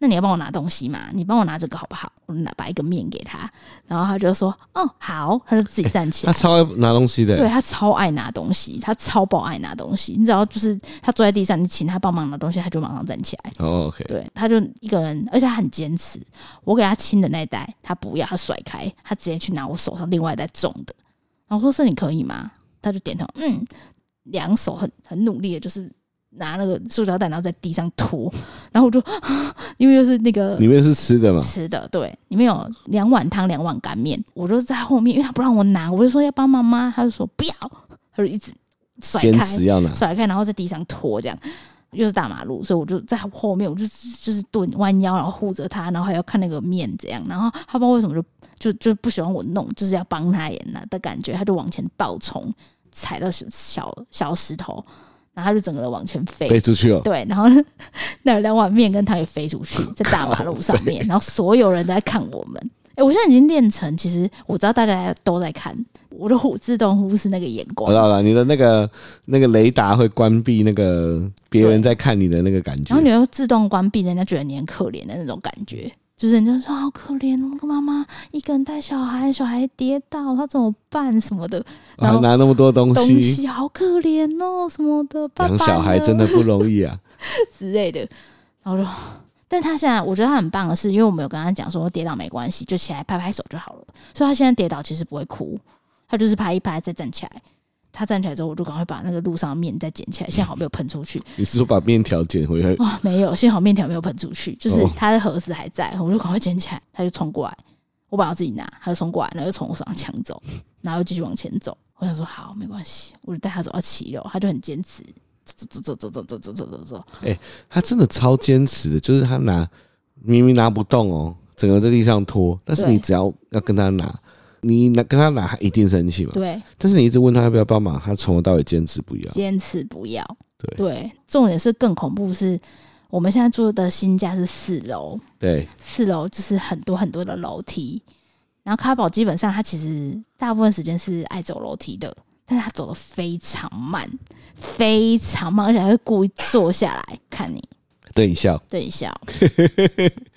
B: 那你要帮我拿东西嘛？你帮我拿这个好不好？我拿把一个面给他，然后他就说：“哦，好。”他就自己站起来
A: 他。超爱拿东西的、
B: 对他超爱拿东西，他超爆爱拿东西。你只要就是他坐在地上，你请他帮忙拿东西，他就马上站起来。
A: 哦，OK、o k
B: 对，他就一个人，而且他很坚持。我给他亲的那一袋，他不要，他甩开，他直接去拿我手上另外一袋重的。然后我说：“是你可以吗？”他就点头，嗯，两手很很努力的，就是拿那个塑胶袋，然后在地上拖。然后我就， 因为又是那个
A: 里面是吃的嘛，
B: 吃的，对，里面有两碗汤、两碗干面，我就在后面，因为他不让我拿，我就说要帮妈妈，他就说不要，他就一直甩
A: 坚
B: 开，
A: 持要拿。
B: 甩开，然后在地上拖这样。又是大马路，所以我就在后面，我就就是蹲弯腰，然后护着他，然后还要看那个面怎样。然后他不知道为什么就就就不喜欢我弄，就是要帮他也拿的感觉，他就往前暴冲，踩到小小小石头，然后他就整个人往前飞，
A: 飞出去哦，
B: 对，然后 呢那有两碗面跟汤也飞出 去，在大马路上面，然后所有人都在看我们。哎、我现在已经练成，其实我知道大家都在看，我就忽自动忽视那个眼
A: 我
B: 光
A: 知。道了，你的那个那个雷达会关闭那个别人在看你的那个感觉
B: 然后。你又自动关闭，人家觉得你很可怜的那种感觉，就是人家说好可怜哦，妈妈一个人带小孩，小孩跌倒，他怎么办什么的，然
A: 还
B: 后
A: 哦拿那么多东
B: 东
A: 西，
B: 西好可怜哦什么的， 爸爸
A: 养小孩
B: 呢
A: 真的不容易 啊！
B: 之类的。然后我就，但他现在我觉得他很棒的是，因为我们有跟他讲说跌倒没关系，就起来拍拍手就好了。所以他现在跌倒其实不会哭，他就是拍一拍再站起来。他站起来之后，我就赶快把那个路上的面再捡起来，幸好没有喷出去。
A: 你是说把面条捡回来？
B: 哇、没有，幸好面条没有喷出去，就是
A: 哦
B: 他的盒子还在，我就赶快捡起来，他就冲过来，我把我自己拿，他就冲过来，然后又从我手上抢走，然后又继续往前走。我想说好，没关系，我就带他走到骑楼，哦他就很坚持，走走走走走走走走走走，
A: 他真的超坚持的，就是他拿明明拿不动哦，整个在地上拖，但是
B: 对
A: 你只要要跟他拿，你拿跟他拿，他一定生气嘛。
B: 对，
A: 但是你一直问他要不要帮忙，他从头到尾坚持不要。
B: 坚持不要。
A: 对
B: 重点是更恐怖是，我们现在住的新家是四楼，
A: 对，
B: 四楼就是很多很多的楼梯。然后卡宝基本上他其实大部分时间是爱走楼梯的，但是他走的非常慢，非常慢，而且还会故意坐下来看你，
A: 对你 笑，
B: 对你笑，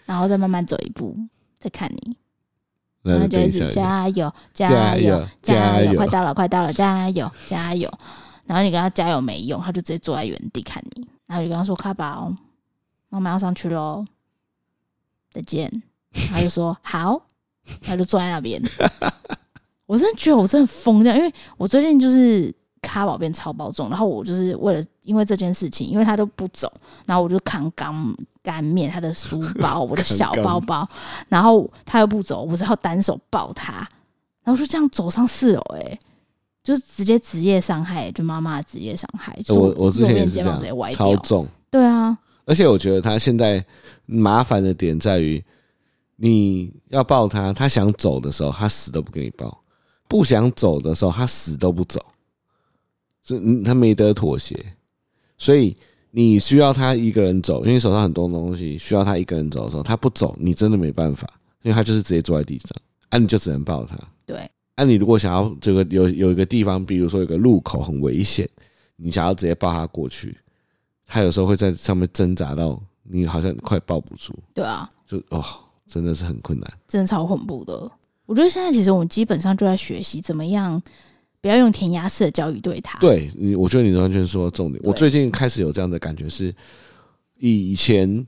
B: 然后再慢慢走一步，再看你，然
A: 那
B: 后就
A: 对
B: 一
A: 你笑
B: 直
A: 一下。
B: 加油加油加
A: 加
B: 油，快
A: 油！
B: 到了，快到了，加油，加油。然后你跟他加油没用，他就直接坐在原地看你。然后你就跟他说：“卡宝，妈妈要上去喽，再见。”他就说：“好。”他就坐在那边。 我真的觉得我真的疯掉，因为我最近就是卡宝变超暴重，然后我就是为了因为这件事情，因为他都不走，然后我就扛干干面、他的书包、我的小包包，然后他又不走，我只好单手抱他。然后就这样走上四楼、哎，就是直接职业伤害，就妈妈的职业伤害。就是
A: 我我之前也
B: 右边
A: 是这
B: 肩膀直接歪
A: 样，超
B: 掉，
A: 重。
B: 对啊，
A: 而且我觉得他现在麻烦的点在于，你要抱他，他想走的时候，他死都不给你抱；不想走的时候，他死都不走。所以嗯他没得妥协，所以你需要他一个人走，因为你手上很多东西，需要他一个人走的时候，他不走，你真的没办法，因为他就是直接坐在地上，啊，你就只能抱他。
B: 对，
A: 那、你如果想要这个有有一个地方，比如说有个路口很危险，你想要直接抱他过去，他有时候会在上面挣扎到你好像快抱不住，
B: 对啊，
A: 就哦，真的是很困难。
B: 真的超恐怖的。我觉得现在其实我们基本上就在学习怎么样不要用填鸭式的教育对他。
A: 对你，我觉得你完全说到重点。
B: 对
A: 我最近开始有这样的感觉是，以前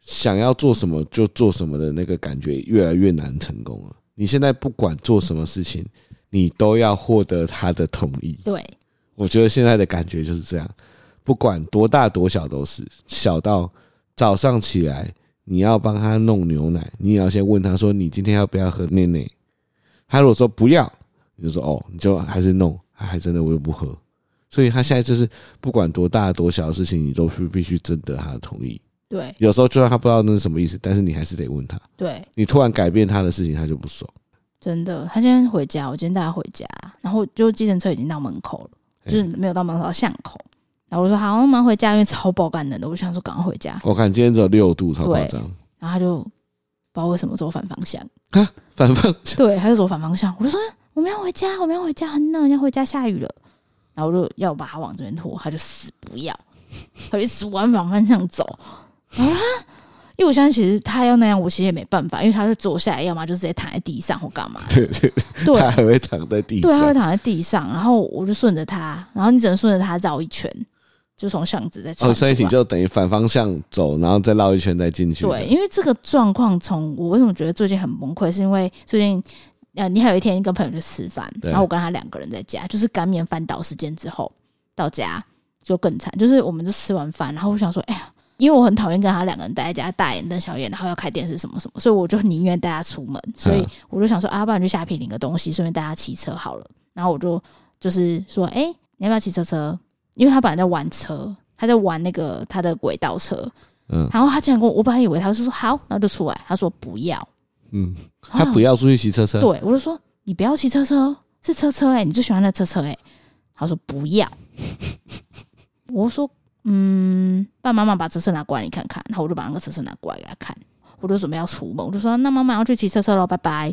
A: 想要做什么就做什么的那个感觉越来越难成功了。你现在不管做什么事情，你都要获得他的同意。
B: 对
A: 我觉得现在的感觉就是这样，不管多大多小都是，小到早上起来你要帮他弄牛奶，你也要先问他说你今天要不要喝奶奶。他如果说不要，你就说哦，你就还是弄，他还真的我又不喝。所以他现在就是不管多大多小的事情，你都是必须征得他的同意。
B: 对
A: 有时候就算他不知道那是什么意思，但是你还是得问他。
B: 对，
A: 你突然改变他的事情，他就不爽。
B: 真的。他今天回家，我今天带他回家，然后就计程车已经到门口了，
A: 嗯
B: 就是没有到门口，到巷口。然后我说好，那我们回家，因为超爆干冷的，我就想说赶快回家。
A: 我看今天只有六度，超夸张。
B: 然后他就不知道为什么走反方向，
A: 反方向，
B: 对，他就走反方向。我就说啊我们要回家，我们要回家，很冷，要回家，下雨了。然后我就要把他往这边拖，他就死不要， 他就一直往反方向走。然后他，因为我相信其实他要那样，我其实也没办法，因为他就坐下来，要么就直接躺在地上或干嘛。
A: 对对，
B: 对
A: 他还会躺在地
B: 对，啊他会
A: 上，
B: 躺在地上，然后我就顺着他，然后你只能顺着他绕一圈，就从巷子再穿
A: 哦，
B: 出
A: 所以
B: 来。
A: 你就等于反方向走，然后再绕一圈再进去。
B: 对，，因为这个状况，从我为什么觉得最近很崩溃，是因为最近呃，你还有一天跟朋友去吃饭，
A: 对
B: 然后我跟他两个人在家，就是干面翻倒时间之后到家就更惨，就是我们就吃完饭，然后我想说，哎呀。因为我很讨厌跟他两个人待在家，大眼瞪小眼，然后要开电视什么什么，所以我就宁愿带他出门，所
A: 嗯
B: 以我就想说，啊，不然去虾皮领个东西，顺便带他骑车好了。然后我就就是说，哎、你要不要骑车车？因为他本来在玩车，他在玩那个他的轨道车，
A: 嗯
B: 然后他竟然跟我，我本来以为他是说好，然后就出来，他说不要，
A: 嗯，
B: 然后
A: 他不要出去骑车车，
B: 对我就说你不要骑车车，是车车哎、你最喜欢的车车哎、他说不要， 我说嗯，爸妈妈把车车拿过来你看看，然后我就把那个车车拿过来给他看，我就准备要出门，我就说那妈妈要去骑车车了，拜拜，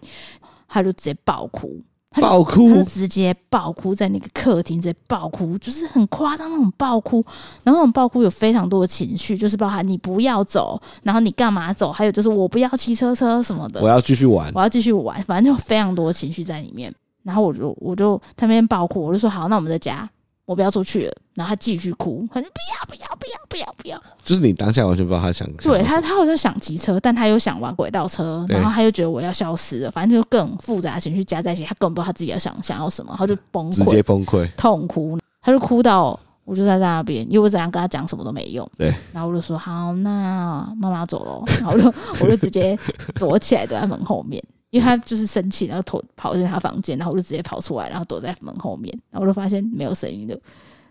B: 他就直接爆哭，他就
A: 爆
B: 他就
A: 哭，
B: 直接爆哭在那个客厅，直接爆哭，就是很夸张那种爆哭。然后那种爆哭有非常多的情绪，就是包含你不要走，然后你干嘛走，还有就是我不要骑车车什么的，
A: 我要继续玩。
B: 我要继续玩，反正就非常多的情绪在里面。然后我就我就他那边爆哭，我就说好，那我们在家，我不要出去了。然后他继续哭，他就不要不要不要不要不要。
A: 就是你当下完全不知道他想，
B: 对
A: 想
B: 他，他好像想骑车，但他又想玩轨道车，
A: 对
B: 然后他又觉得我要消失了，反正就更复杂的情绪加在一起，他根本不知道他自己要想想要什么，他就崩
A: 直
B: 溃。
A: 接崩溃，
B: 痛哭，他就哭到我就在那边，因为我怎样跟他讲什么都没用。
A: 对，
B: 然后我就说好，那妈妈走了，然后我就 我就直接躲起来，躲在门后面，因为他就是生气，然后跑跑进他房间，然后我就直接跑出来，然后躲在门后面，然后我就发现没有声音了。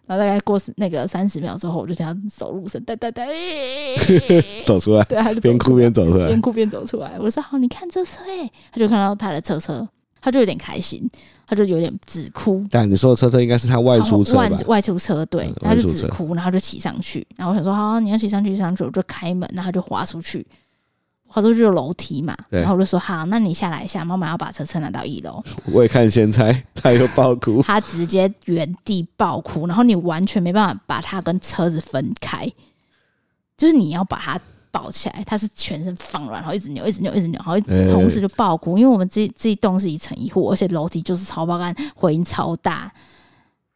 B: 然后大概过那个三十秒之后，我就听他走路声，哒哒哒，
A: 走出来，
B: 哎对，他就走
A: 边
B: 出
A: 哭边走出来
B: 边。哭边走出来。我说：“好，你看这车哎、他就看到他的车车，他就有点开心，他就有点只哭，
A: 但你说的车车应该是他外出车吧
B: 外？外出车，对，
A: 嗯
B: 他就
A: 外出
B: 只
A: 车
B: 哭，然后就骑上去，然后我想说，好、你要骑上去，骑上去，我就开门，然后他就滑出去，滑出去有楼梯嘛，
A: 对
B: 然后我就说，好，那你下来一下，妈妈要把车车拿到一楼，
A: 未看先猜， 他又爆哭，
B: 他直接原地爆哭，然后你完全没办法把他跟车子分开，就是你要把他抱起来，他是全身放软，然后一直扭，一直扭，一直扭，然后一直
A: 哎
B: 同时就爆哭，因为我们这这一栋是一层一户，而且楼梯就是超爆干，回音超大。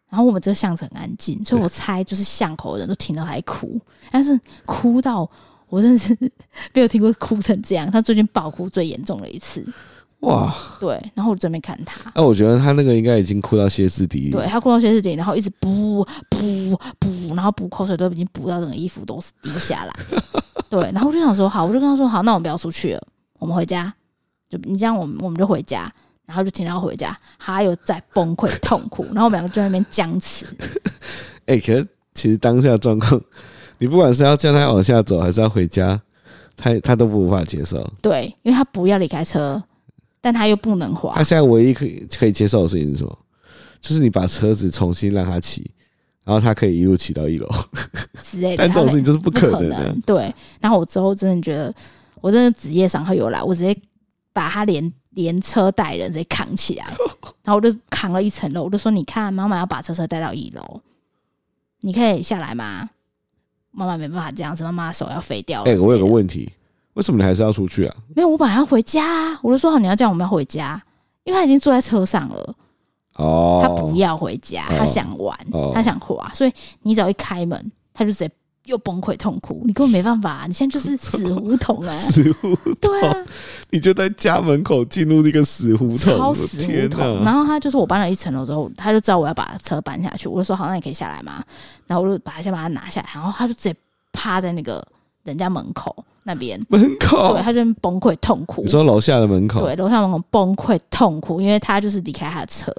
B: 然后我们这个巷子很安静，所以我猜就是巷口的人都听到他在哭，但是哭到我真的是 没有听过哭成这样。他最近爆哭最严重的一次，
A: 哇！
B: 对。然后我这边看他，
A: 那、我觉得他那个应该已经哭到歇斯底里。
B: 对，他哭到歇斯底里，然后一直补补补，然后补口水都已经补到整个衣服都是滴下来。对，然后我就想说，好，我就跟他说，好，那我们不要出去了，我们回家。就你这样，我们我们就回家。然后就听到回家，他又在崩溃痛哭，然后我们两个就在那边僵持。
A: 哎、可是其实当下的状况，你不管是要叫他往下走，还是要回家，他他都无法接受。
B: 对，因为他不要离开车，但他又不能滑
A: 他。啊现在唯一可以可以接受的事情是什么？就是你把车子重新让他骑，然后他可以一路骑到一楼。
B: 之类的。
A: 但这种事情就是不
B: 哎不
A: 可
B: 可
A: 能的、
B: 对，然后我之后真的觉得，我真的职业伤害有来，我直接把他连连车带人直接扛起 来，然后我就扛了一层楼，我就说：“你看，妈妈要把车车带到一楼，你可以下来吗？”妈妈没办法这样子，妈妈手要废掉了
A: 哎、
B: 之类的。
A: 我有个问题，为什么你还是要出去啊？
B: 没有，我本来要回家、啊，我就说好你要这样，我们要回家，因为他已经坐在车上了。
A: 哦，
B: 他不要回家，
A: 哦
B: 他想玩，
A: 哦，
B: 他想滑，所以你只要一开门，他就直接又崩溃痛哭，你根本没办法、你现在就是死胡同啊
A: 哦死胡
B: 对啊，
A: 你就在家门口进入一个死胡同，
B: 超
A: 我
B: 死胡
A: 天
B: 同。
A: 哪！
B: 然后他就是我搬了一层楼之后，他就知道我要把车搬下去，我就说好，那你可以下来吗？然后我就把他先把他拿下来，然后他就直接趴在那个人家门口那边，
A: 门口
B: 对，他就在那边崩溃痛哭
A: 哦你。说哦楼下的门口，
B: 对，楼下门口崩溃痛哭，因为他就是离开他的车，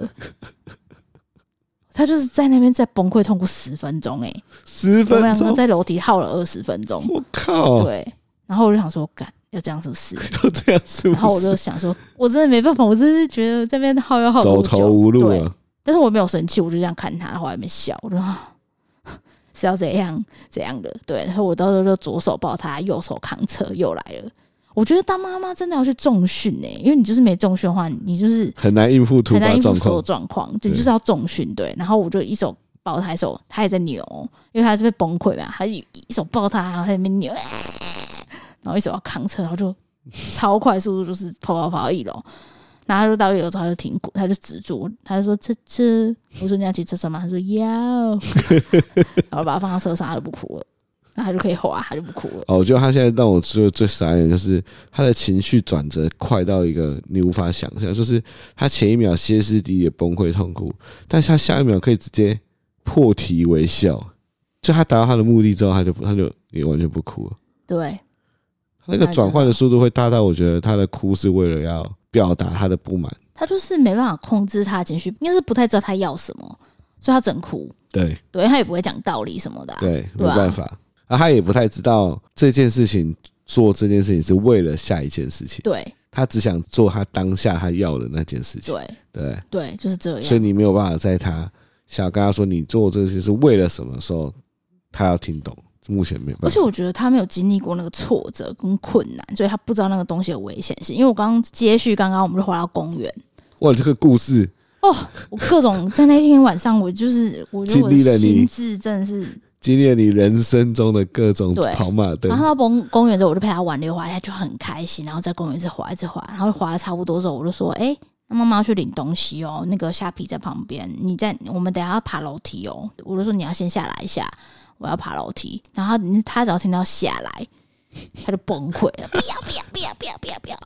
B: 他就是在那边在崩溃痛哭十分钟、欸，
A: 十
B: 我们
A: 分
B: 两个
A: 钟，哦
B: 在楼梯耗了二十分钟，
A: 我靠，
B: 对。然后我就想说，干要这样是不是？
A: 就这样是不
B: 然后我
A: 是
B: 就想说，我真的没办法，我真的觉得这边耗要耗多
A: 走
B: 久
A: 投无路
B: 对，
A: 了？
B: 但是我没有生气，我就这样看他，然后我还没笑，我就啊啊 是要怎样怎样的。对，然后我到时候就左手抱他，右手扛车又来了。我觉得当妈妈真的要去重训呢、因为你就是没重训的话，你就是
A: 很难应付突
B: 很难
A: 发
B: 应付
A: 状
B: 所有
A: 况，
B: 状况，对，
A: 对
B: 就是要重训对。然后我就一手抱他一手，他也在扭，因为他是被崩溃嘛，他一一手抱他，然后他在那边扭， 然后一手要扛车，然后就超快速度就是跑跑跑到一楼，然后他就到一楼之后他就停过，他就止住，他就说车车，我说你要骑车车吗？他说要， 然后把他放到车上，他就不哭了，然后他就可以滑，他就不哭了。
A: 哦，我觉得他现在让我最最傻眼的就是他的情绪转折快到一个你无法想象，就是他前一秒歇斯底里的崩溃痛哭，但是他下一秒可以直接破涕为笑，就他达到他的目的之后，他就不他就也完全不哭了。
B: 对，
A: 那个转换的速度会大到，我觉得他的哭是为了要表达他的不满。
B: 他就是没办法控制他的情绪，应该是不太知道他要什么，所以他整哭。
A: 对
B: 对他也不会讲道理什么的啊、
A: 对，没
B: 对啊
A: 办法，啊，他也不太知道这件事情做这件事情是为了下一件事情，
B: 对
A: 他只想做他当下他要的那件事情。
B: 对
A: 对，
B: 对，就是这
A: 所以
B: 样。
A: 你没有办法在他想要跟他说你做这些是为了什么的时候，他要听懂。目前没有
B: 而
A: 办
B: 且
A: 法。
B: 我觉得他没有经历过那个挫折跟困难，所以他不知道那个东西的危险性。因为我刚刚接续刚刚我们就回到公园，哦
A: 哇，这个故事
B: 我各种在那天晚上，我就是我觉得我
A: 经历了
B: 的
A: 你
B: 心智真的是，
A: 经历了你人生中的各种
B: 对
A: 跑马灯
B: 然，后他到公公园之后，我就陪他玩溜滑梯，他就很开心，然后在公园一直滑一直滑，然后滑的差不多之后，我就说，哎、那妈妈要去领东西哦，那个虾皮在旁边，你在我们等一下要爬楼梯哦。我就说你要先下来一下，我要爬楼梯。然后他他只要听到下来， 他就崩溃了，不要不要不要不要不要不要，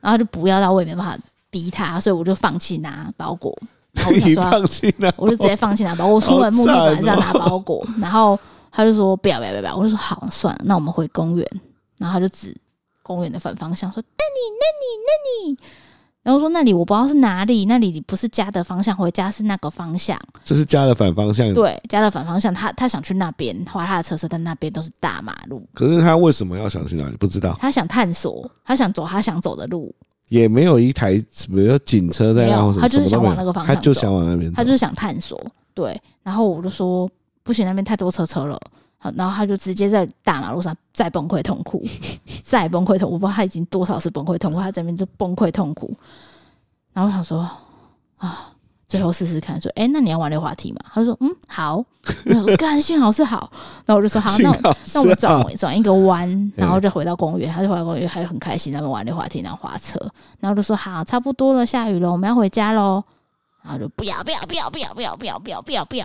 B: 然后就不要到我也没办法逼他，所以我就放弃拿包裹。然后我 就
A: 你
B: 想说，
A: 放弃了，
B: 我就直接放弃拿包裹。我出门目的本来是要拿包裹，然后他就说不要不要不要不要，我就说好算了，那我们回公园。然后他就指公园的反方向说那里那里那里，然后我说那里我不知道是哪里，那里不是家的方向，回家是那个方向。
A: 这是家的反方向。
B: 对，家的反方向，他他想去那边，划他的车车，但那边都是大马路。
A: 可是他为什么要想去哪里？不知道，
B: 他想探索，他想走他想走的路，
A: 也没有一台比如说警车在
B: 没
A: 那
B: 有
A: 或什么，
B: 他就是
A: 什么都
B: 想
A: 没
B: 往
A: 有
B: 那个方向
A: 他就
B: 走
A: 想往那边走
B: 他。就是想探索。对，然后我就说不行，那边太多车车了。好，然后他就直接在大马路上再崩溃痛哭， 再崩溃痛哭。我不知道他已经多少次崩溃痛哭，他这边就崩溃痛哭。然后我想说啊，最后试试看，说哎、诶那你要玩溜滑梯吗？他就说嗯好。我想说干，幸好是好。然后我就说好，
A: 幸
B: 那我
A: 好
B: 那我们
A: 是
B: 转
A: 啊
B: 回转一个弯，然后就回到公园，他就回到公园，他就很开心，他们玩溜滑梯，然后滑车，然后就说好，差不多了，下雨了，我们要回家喽。然后就不要不要不要不要不要不要不要不要不要。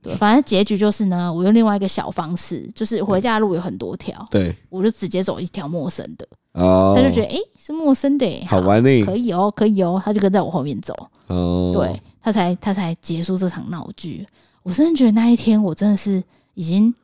B: 对，反正结局就是呢，我用另外一个小方式，就是回家的路有很多条，
A: 对
B: 我就直接走一条陌生的，
A: 哦，
B: 他就觉得诶是陌生的、诶
A: 好，玩呢
B: 可以哦，可以哦，他就跟在我后面走，
A: 哦，
B: 对他才他才结束这场闹剧。我真的觉得那一天我真的是已经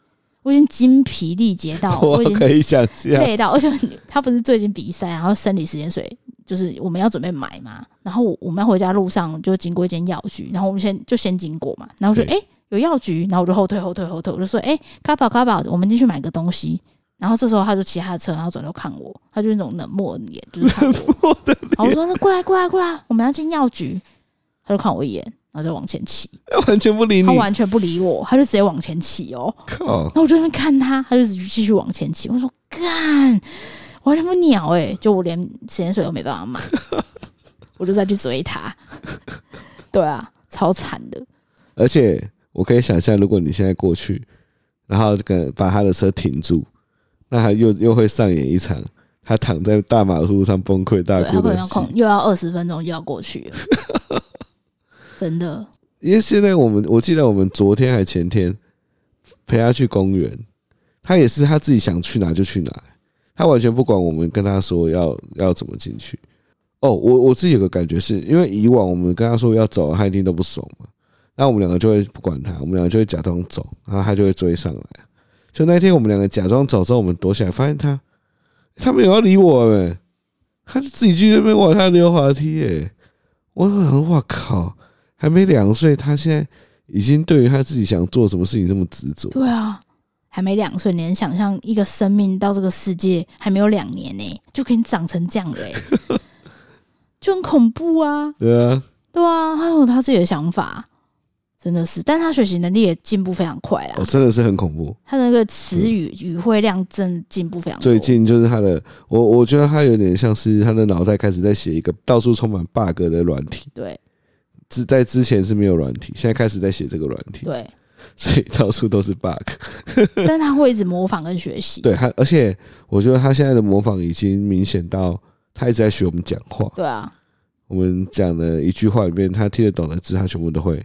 B: 我已经精疲力竭到我
A: 我
B: 已经
A: 可以想象，
B: 累到，而且他不是最近比赛，然后生理食盐水就是我们要准备买嘛，然后我我们要回家路上就经过一间药局，然后我们先就先经过嘛，然后我说
A: 对
B: 哎、诶有药局，然后我就后退后退后退，我就说哎卡宝卡宝，我们进去买个东西。然后这时候他就骑他的车，然后转头看我，他就那种冷漠的眼，就是看我。 然后我说：“那过来，过来，过来，我们要进药局。”他就看我一眼，然后就往前骑。
A: 完全不理你
B: 他，完全不理我，他就直接往前骑哦。
A: 靠
B: 然！后我就在那边看他，他就继续往前骑。我说干，我完全不鸟哎、就我连洗盐水都没办 法买，我就再去追他。对啊，超惨的。
A: 而且我可以想象，如果你现在过去，然后这个把他的车停住，那他又又会上演一场他躺在大马路上崩溃大
B: 对他
A: 哭
B: 可能
A: 的
B: 要
A: 戏
B: 控。又要二十分钟又要过去了， 真的。
A: 因为现在我们，我记得我们昨天还前天陪他去公园，他也是他自己想去哪就去哪，他完全不管我们跟他说要要怎么进去。哦，我我自己有个感觉是，因为以往我们跟他说要走，他一定都不怂嘛。那我们两个就会不管他，我们两个就会假装走，然后他就会追上来。就那天我们两个假装走之后，我们躲起来，发现他他没有要理我们、他就自己去那边往下溜滑梯耶、我想说，哇靠！还没两岁，他现在已经对于他自己想做什么事情这么执着。
B: 对啊，还没两岁，你能想象一个生命到这个世界还没有两年呢、就可以长成这样了、 欸，就很恐怖啊。
A: 对啊，
B: 对啊，他有他自己的想法，真的是，但他学习能力也进步非常快啦
A: 哦，，真的是很恐怖。
B: 他的那个词语语汇量真的进步非常多
A: 最近就是他的，我我觉得他有点像是他的脑袋开始在写一个到处充满 bug 的软体，
B: 对
A: 之在之前是没有软体，现在开始在写这个软体，
B: 对，
A: 所以到处都是 bug。
B: 但他会一直模仿跟学习，
A: 对他，而且我觉得他现在的模仿已经明显到他一直在学我们讲话，
B: 对啊，
A: 我们讲的一句话里面，他听得懂的字，他全部都会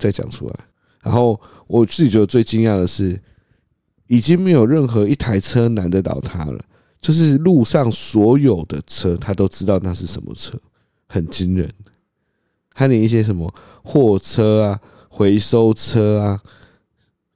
A: 再讲出来。然后我自己觉得最惊讶的是，已经没有任何一台车难得倒他了，就是路上所有的车，他都知道那是什么车，很惊人。他连一些什么货车啊、回收车啊、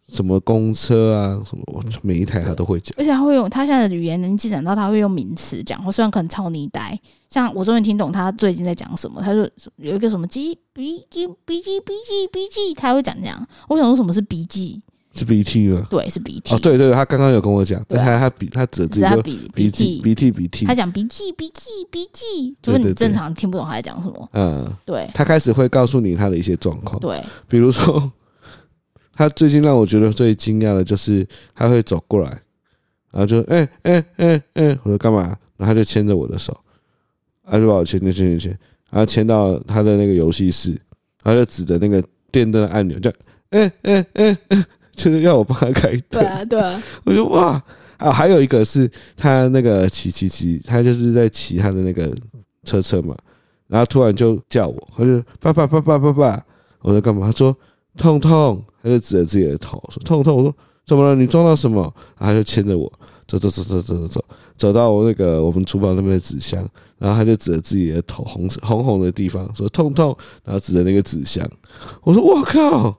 A: 什么公车啊、什么，我每一台他都会讲。
B: 而且他会用他现在的语言能进展到他会用名词讲话，虽然可能超泥呆。像我终于听懂他最近在讲什么，他就有一个什么鸡鼻鸡鼻鸡鼻鸡鼻鸡，他会讲这样。我想说什么是鼻鸡？
A: 是 BT 吗？
B: 对，是鼻涕。
A: 哦，，对对，他刚刚有跟我讲，
B: 对啊
A: 他他比他指自
B: 只是
A: 己
B: 他
A: 就
B: 鼻
A: 鼻
B: 鼻
A: 涕
B: 涕，
A: 鼻涕鼻涕
B: 他，讲鼻涕鼻涕鼻涕，
A: 对
B: 就
A: 对
B: 是你
A: 对
B: 正常听不懂他在讲什么。
A: 嗯，
B: 对
A: 他开始会告诉你他的一些状况，
B: 对
A: 比如说， 他最近让我觉得最惊讶的就是他会走过来，然后就哎哎哎哎，我说干嘛？然后他就牵着我的手，他就把我牵牵牵牵牵，然后牵到他的那个游戏室，他就指着那个电灯的按钮，就哎哎哎哎，就是要我帮他开灯。
B: 对啊对啊，
A: 我就哇啊，还有一个是他那个骑骑骑，他就是在骑他的那个车车嘛，然后突然就叫我，他就爸爸爸爸爸爸，我说干嘛？他说痛痛，他就指着自己的头说痛痛，我说怎么了？你撞到什么？然后他就牵着我走走走走走走走，走到我那个我们厨房那边的纸箱，然后他就指着自己的头红红红的地方说痛痛，然后指着那个纸箱，我说我靠。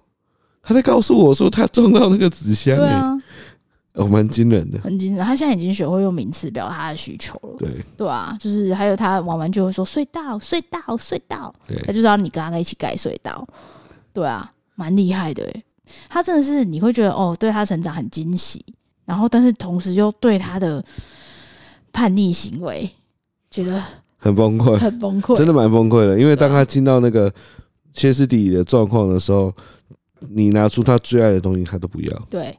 A: 他在告诉我说他撞到那个纸箱、欸，
B: 对啊，
A: 哦，蛮惊人的。
B: 很精神。他现在已经学会用名词表达他的需求了。
A: 对
B: 对啊，就是还有他玩完就会说隧道隧道隧道，他
A: 对
B: 就是要你跟他一起盖隧道。对啊，蛮厉害的欸他真的是你会觉得哦，对他成长很惊喜，然后但是同时又对他的叛逆行为觉得
A: 很崩溃，
B: 很崩 溃。
A: 真的蛮崩溃的。因为
B: 啊
A: 当他进到那个歇斯底里的状况的时候，你拿出他最爱的东西，他都不要。
B: 对，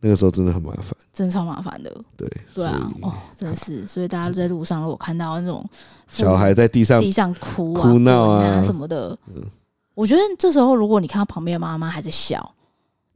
A: 那个时候真的很麻烦。
B: 真的超麻烦的。
A: 对
B: 对啊，
A: 所以
B: 哦，真的是，所以大家在路上如果看到那种父母
A: 小孩在地上
B: 地上哭啊、
A: 呃哭闹啊
B: 滚啊什么的。我觉得这时候，如果你看到旁边的妈妈还在笑，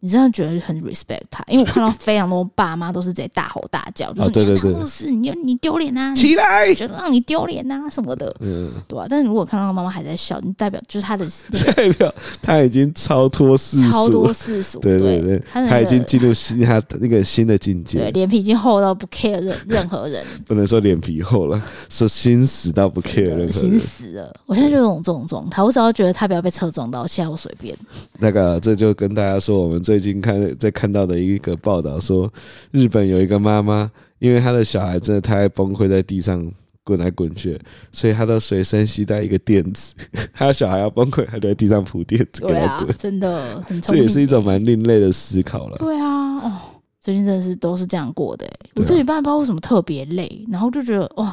B: 你真的觉得很 respect 她，因为我看到非常多爸妈都是在大吼大 叫，就是
A: 哦对
B: 你要
A: 对
B: 当
A: 对
B: 护士，你要你丢 脸啊，你
A: 起来，
B: 觉得让你丢脸啊什么的，
A: 嗯，
B: 对啊。但是如果看到妈妈还在笑，你代表就 是她的那个
A: 代表他已经超脱世
B: 超
A: 俗
B: 多
A: 了。
B: 世俗，
A: 对对
B: 对
A: 对，
B: 她的
A: 他
B: 那
A: 已经
B: 个
A: 进入新他那个新的境
B: 对
A: 界，
B: 脸皮已经厚到不 care 任任何人，
A: 不能说脸皮厚了，说心死到不 care 任何
B: 心
A: 人。
B: 死了。我现在就有种这种状态，我只要觉得他不要被车撞到，其他我随便。
A: 那个，这就跟大家说，我们最近看在看到的一个报道说，日本有一个妈妈，因为她的小孩真的太爱崩溃，在地上滚来滚去，所以她都随身携带一个垫子。 她的小孩要崩溃，她就在地上铺垫子给
B: 对
A: 他
B: 啊
A: 滚。，
B: 真的很
A: 这
B: 聪明。
A: 也是一种蛮另类的思考了。
B: 对啊，哦，最近真的是都是这样过的欸、我
A: 对啊
B: 这礼拜不知道为什么特别累，然后就觉得哦，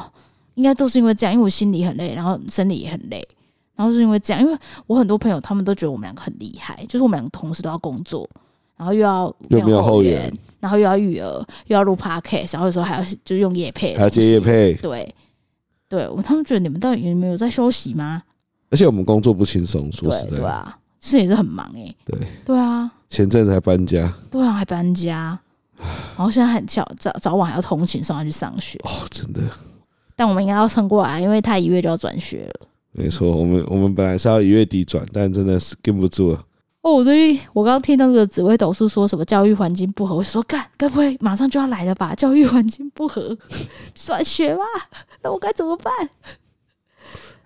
B: 应该都是因为这样，因为我心里很累，然后生理也很累，然后是因为这样，因为我很多朋友他们都觉得我们两个很厉害，就是我们两个同时都要工作，然后又要
A: 又没有后援
B: 援，然后又要育儿，又要录 podcast，然后有时候还要就用夜配，
A: 还要接业，配，
B: 对。对我，他们觉得你们到底有没有在休息吗？
A: 而且我们工作不轻松，说实
B: 对对
A: 在，
B: 啊，其实也是很忙哎、
A: 对
B: 对啊，
A: 前阵子还搬家，
B: 对啊，还搬家，然后现在很早早早晚还要通勤送他去上学，
A: 哦，真的
B: 但我们应该要撑过来，因为他一月就要转学了。
A: 没错。我们我们本来是要一月底转，但真的是跟不住了。
B: 哦，我最近我刚刚听到那个紫薇斗数说什么教育环境不合，我就说干，该不会马上就要来了吧？教育环境不合，转学吧？那我该怎么办？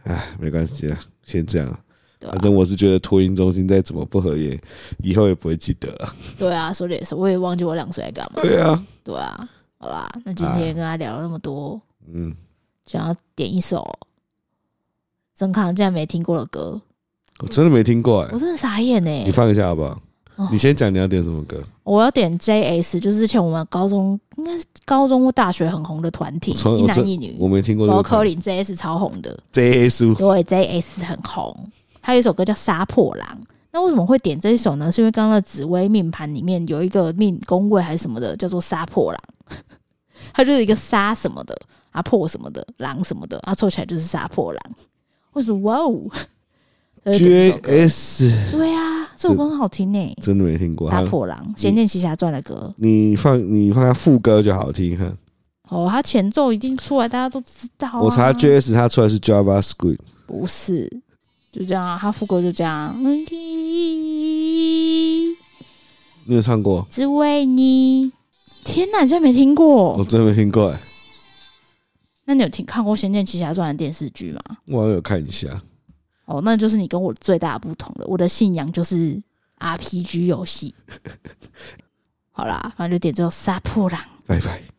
A: 唉，没关系啊，先这样啊。
B: 对吧、
A: 反正我是觉得托婴中心再怎么不合也，以后也不会记得了。
B: 对啊，说的也是，我也忘记我两岁在干嘛。
A: 对啊，
B: 对啊，好啦，那今天跟他聊了那么多，
A: 嗯，
B: 就要点一首曾康竟然没听过的歌，
A: 我真的没听过哎、
B: 我真的傻眼呢、欸
A: 你放一下好不好？
B: 嗯哦
A: 你先讲你要点什么歌，
B: 我要点 JS，就是之前我们高中应该是高中或大学很红的团体
A: 我，从
B: 一
A: 我这
B: 男一女。
A: 我没听过这
B: 罗
A: 个
B: 科
A: 团。
B: 林 JS 超红的，
A: J S
B: 对 JS 很红。他有一首歌叫《杀破狼》，那为什么会点这一首呢？是因为刚刚的紫薇命盘里面有一个命宫位还是什么的，叫做杀破狼， 它就是一个杀什么的啊破什么的狼什么的啊，凑起来就是杀破狼。我说哇哦，所以点这首歌
A: JS
B: 对啊，这首歌很好听呢、
A: 真的没听过，
B: 杀
A: 它
B: 破狼》《仙剑奇侠传》的歌
A: 你放你放它副歌就好听，看
B: 哦，它前奏一定出来，大家都知道、啊。
A: 我查 JS 它出来是 JavaScript，
B: 不是，就这样啊，它副歌就这样，嗯
A: 你有唱过？
B: 只为你。天哪，你竟然没听过？
A: 我真的没听过，哎，
B: 那你有听看过《仙剑奇侠传》的电视剧吗？
A: 我好像有看一下。
B: 哦，那就是你跟我最大的不同了。我的信仰就是 RPG 游戏。好啦，反正就点这首《杀破狼》。
A: 拜拜。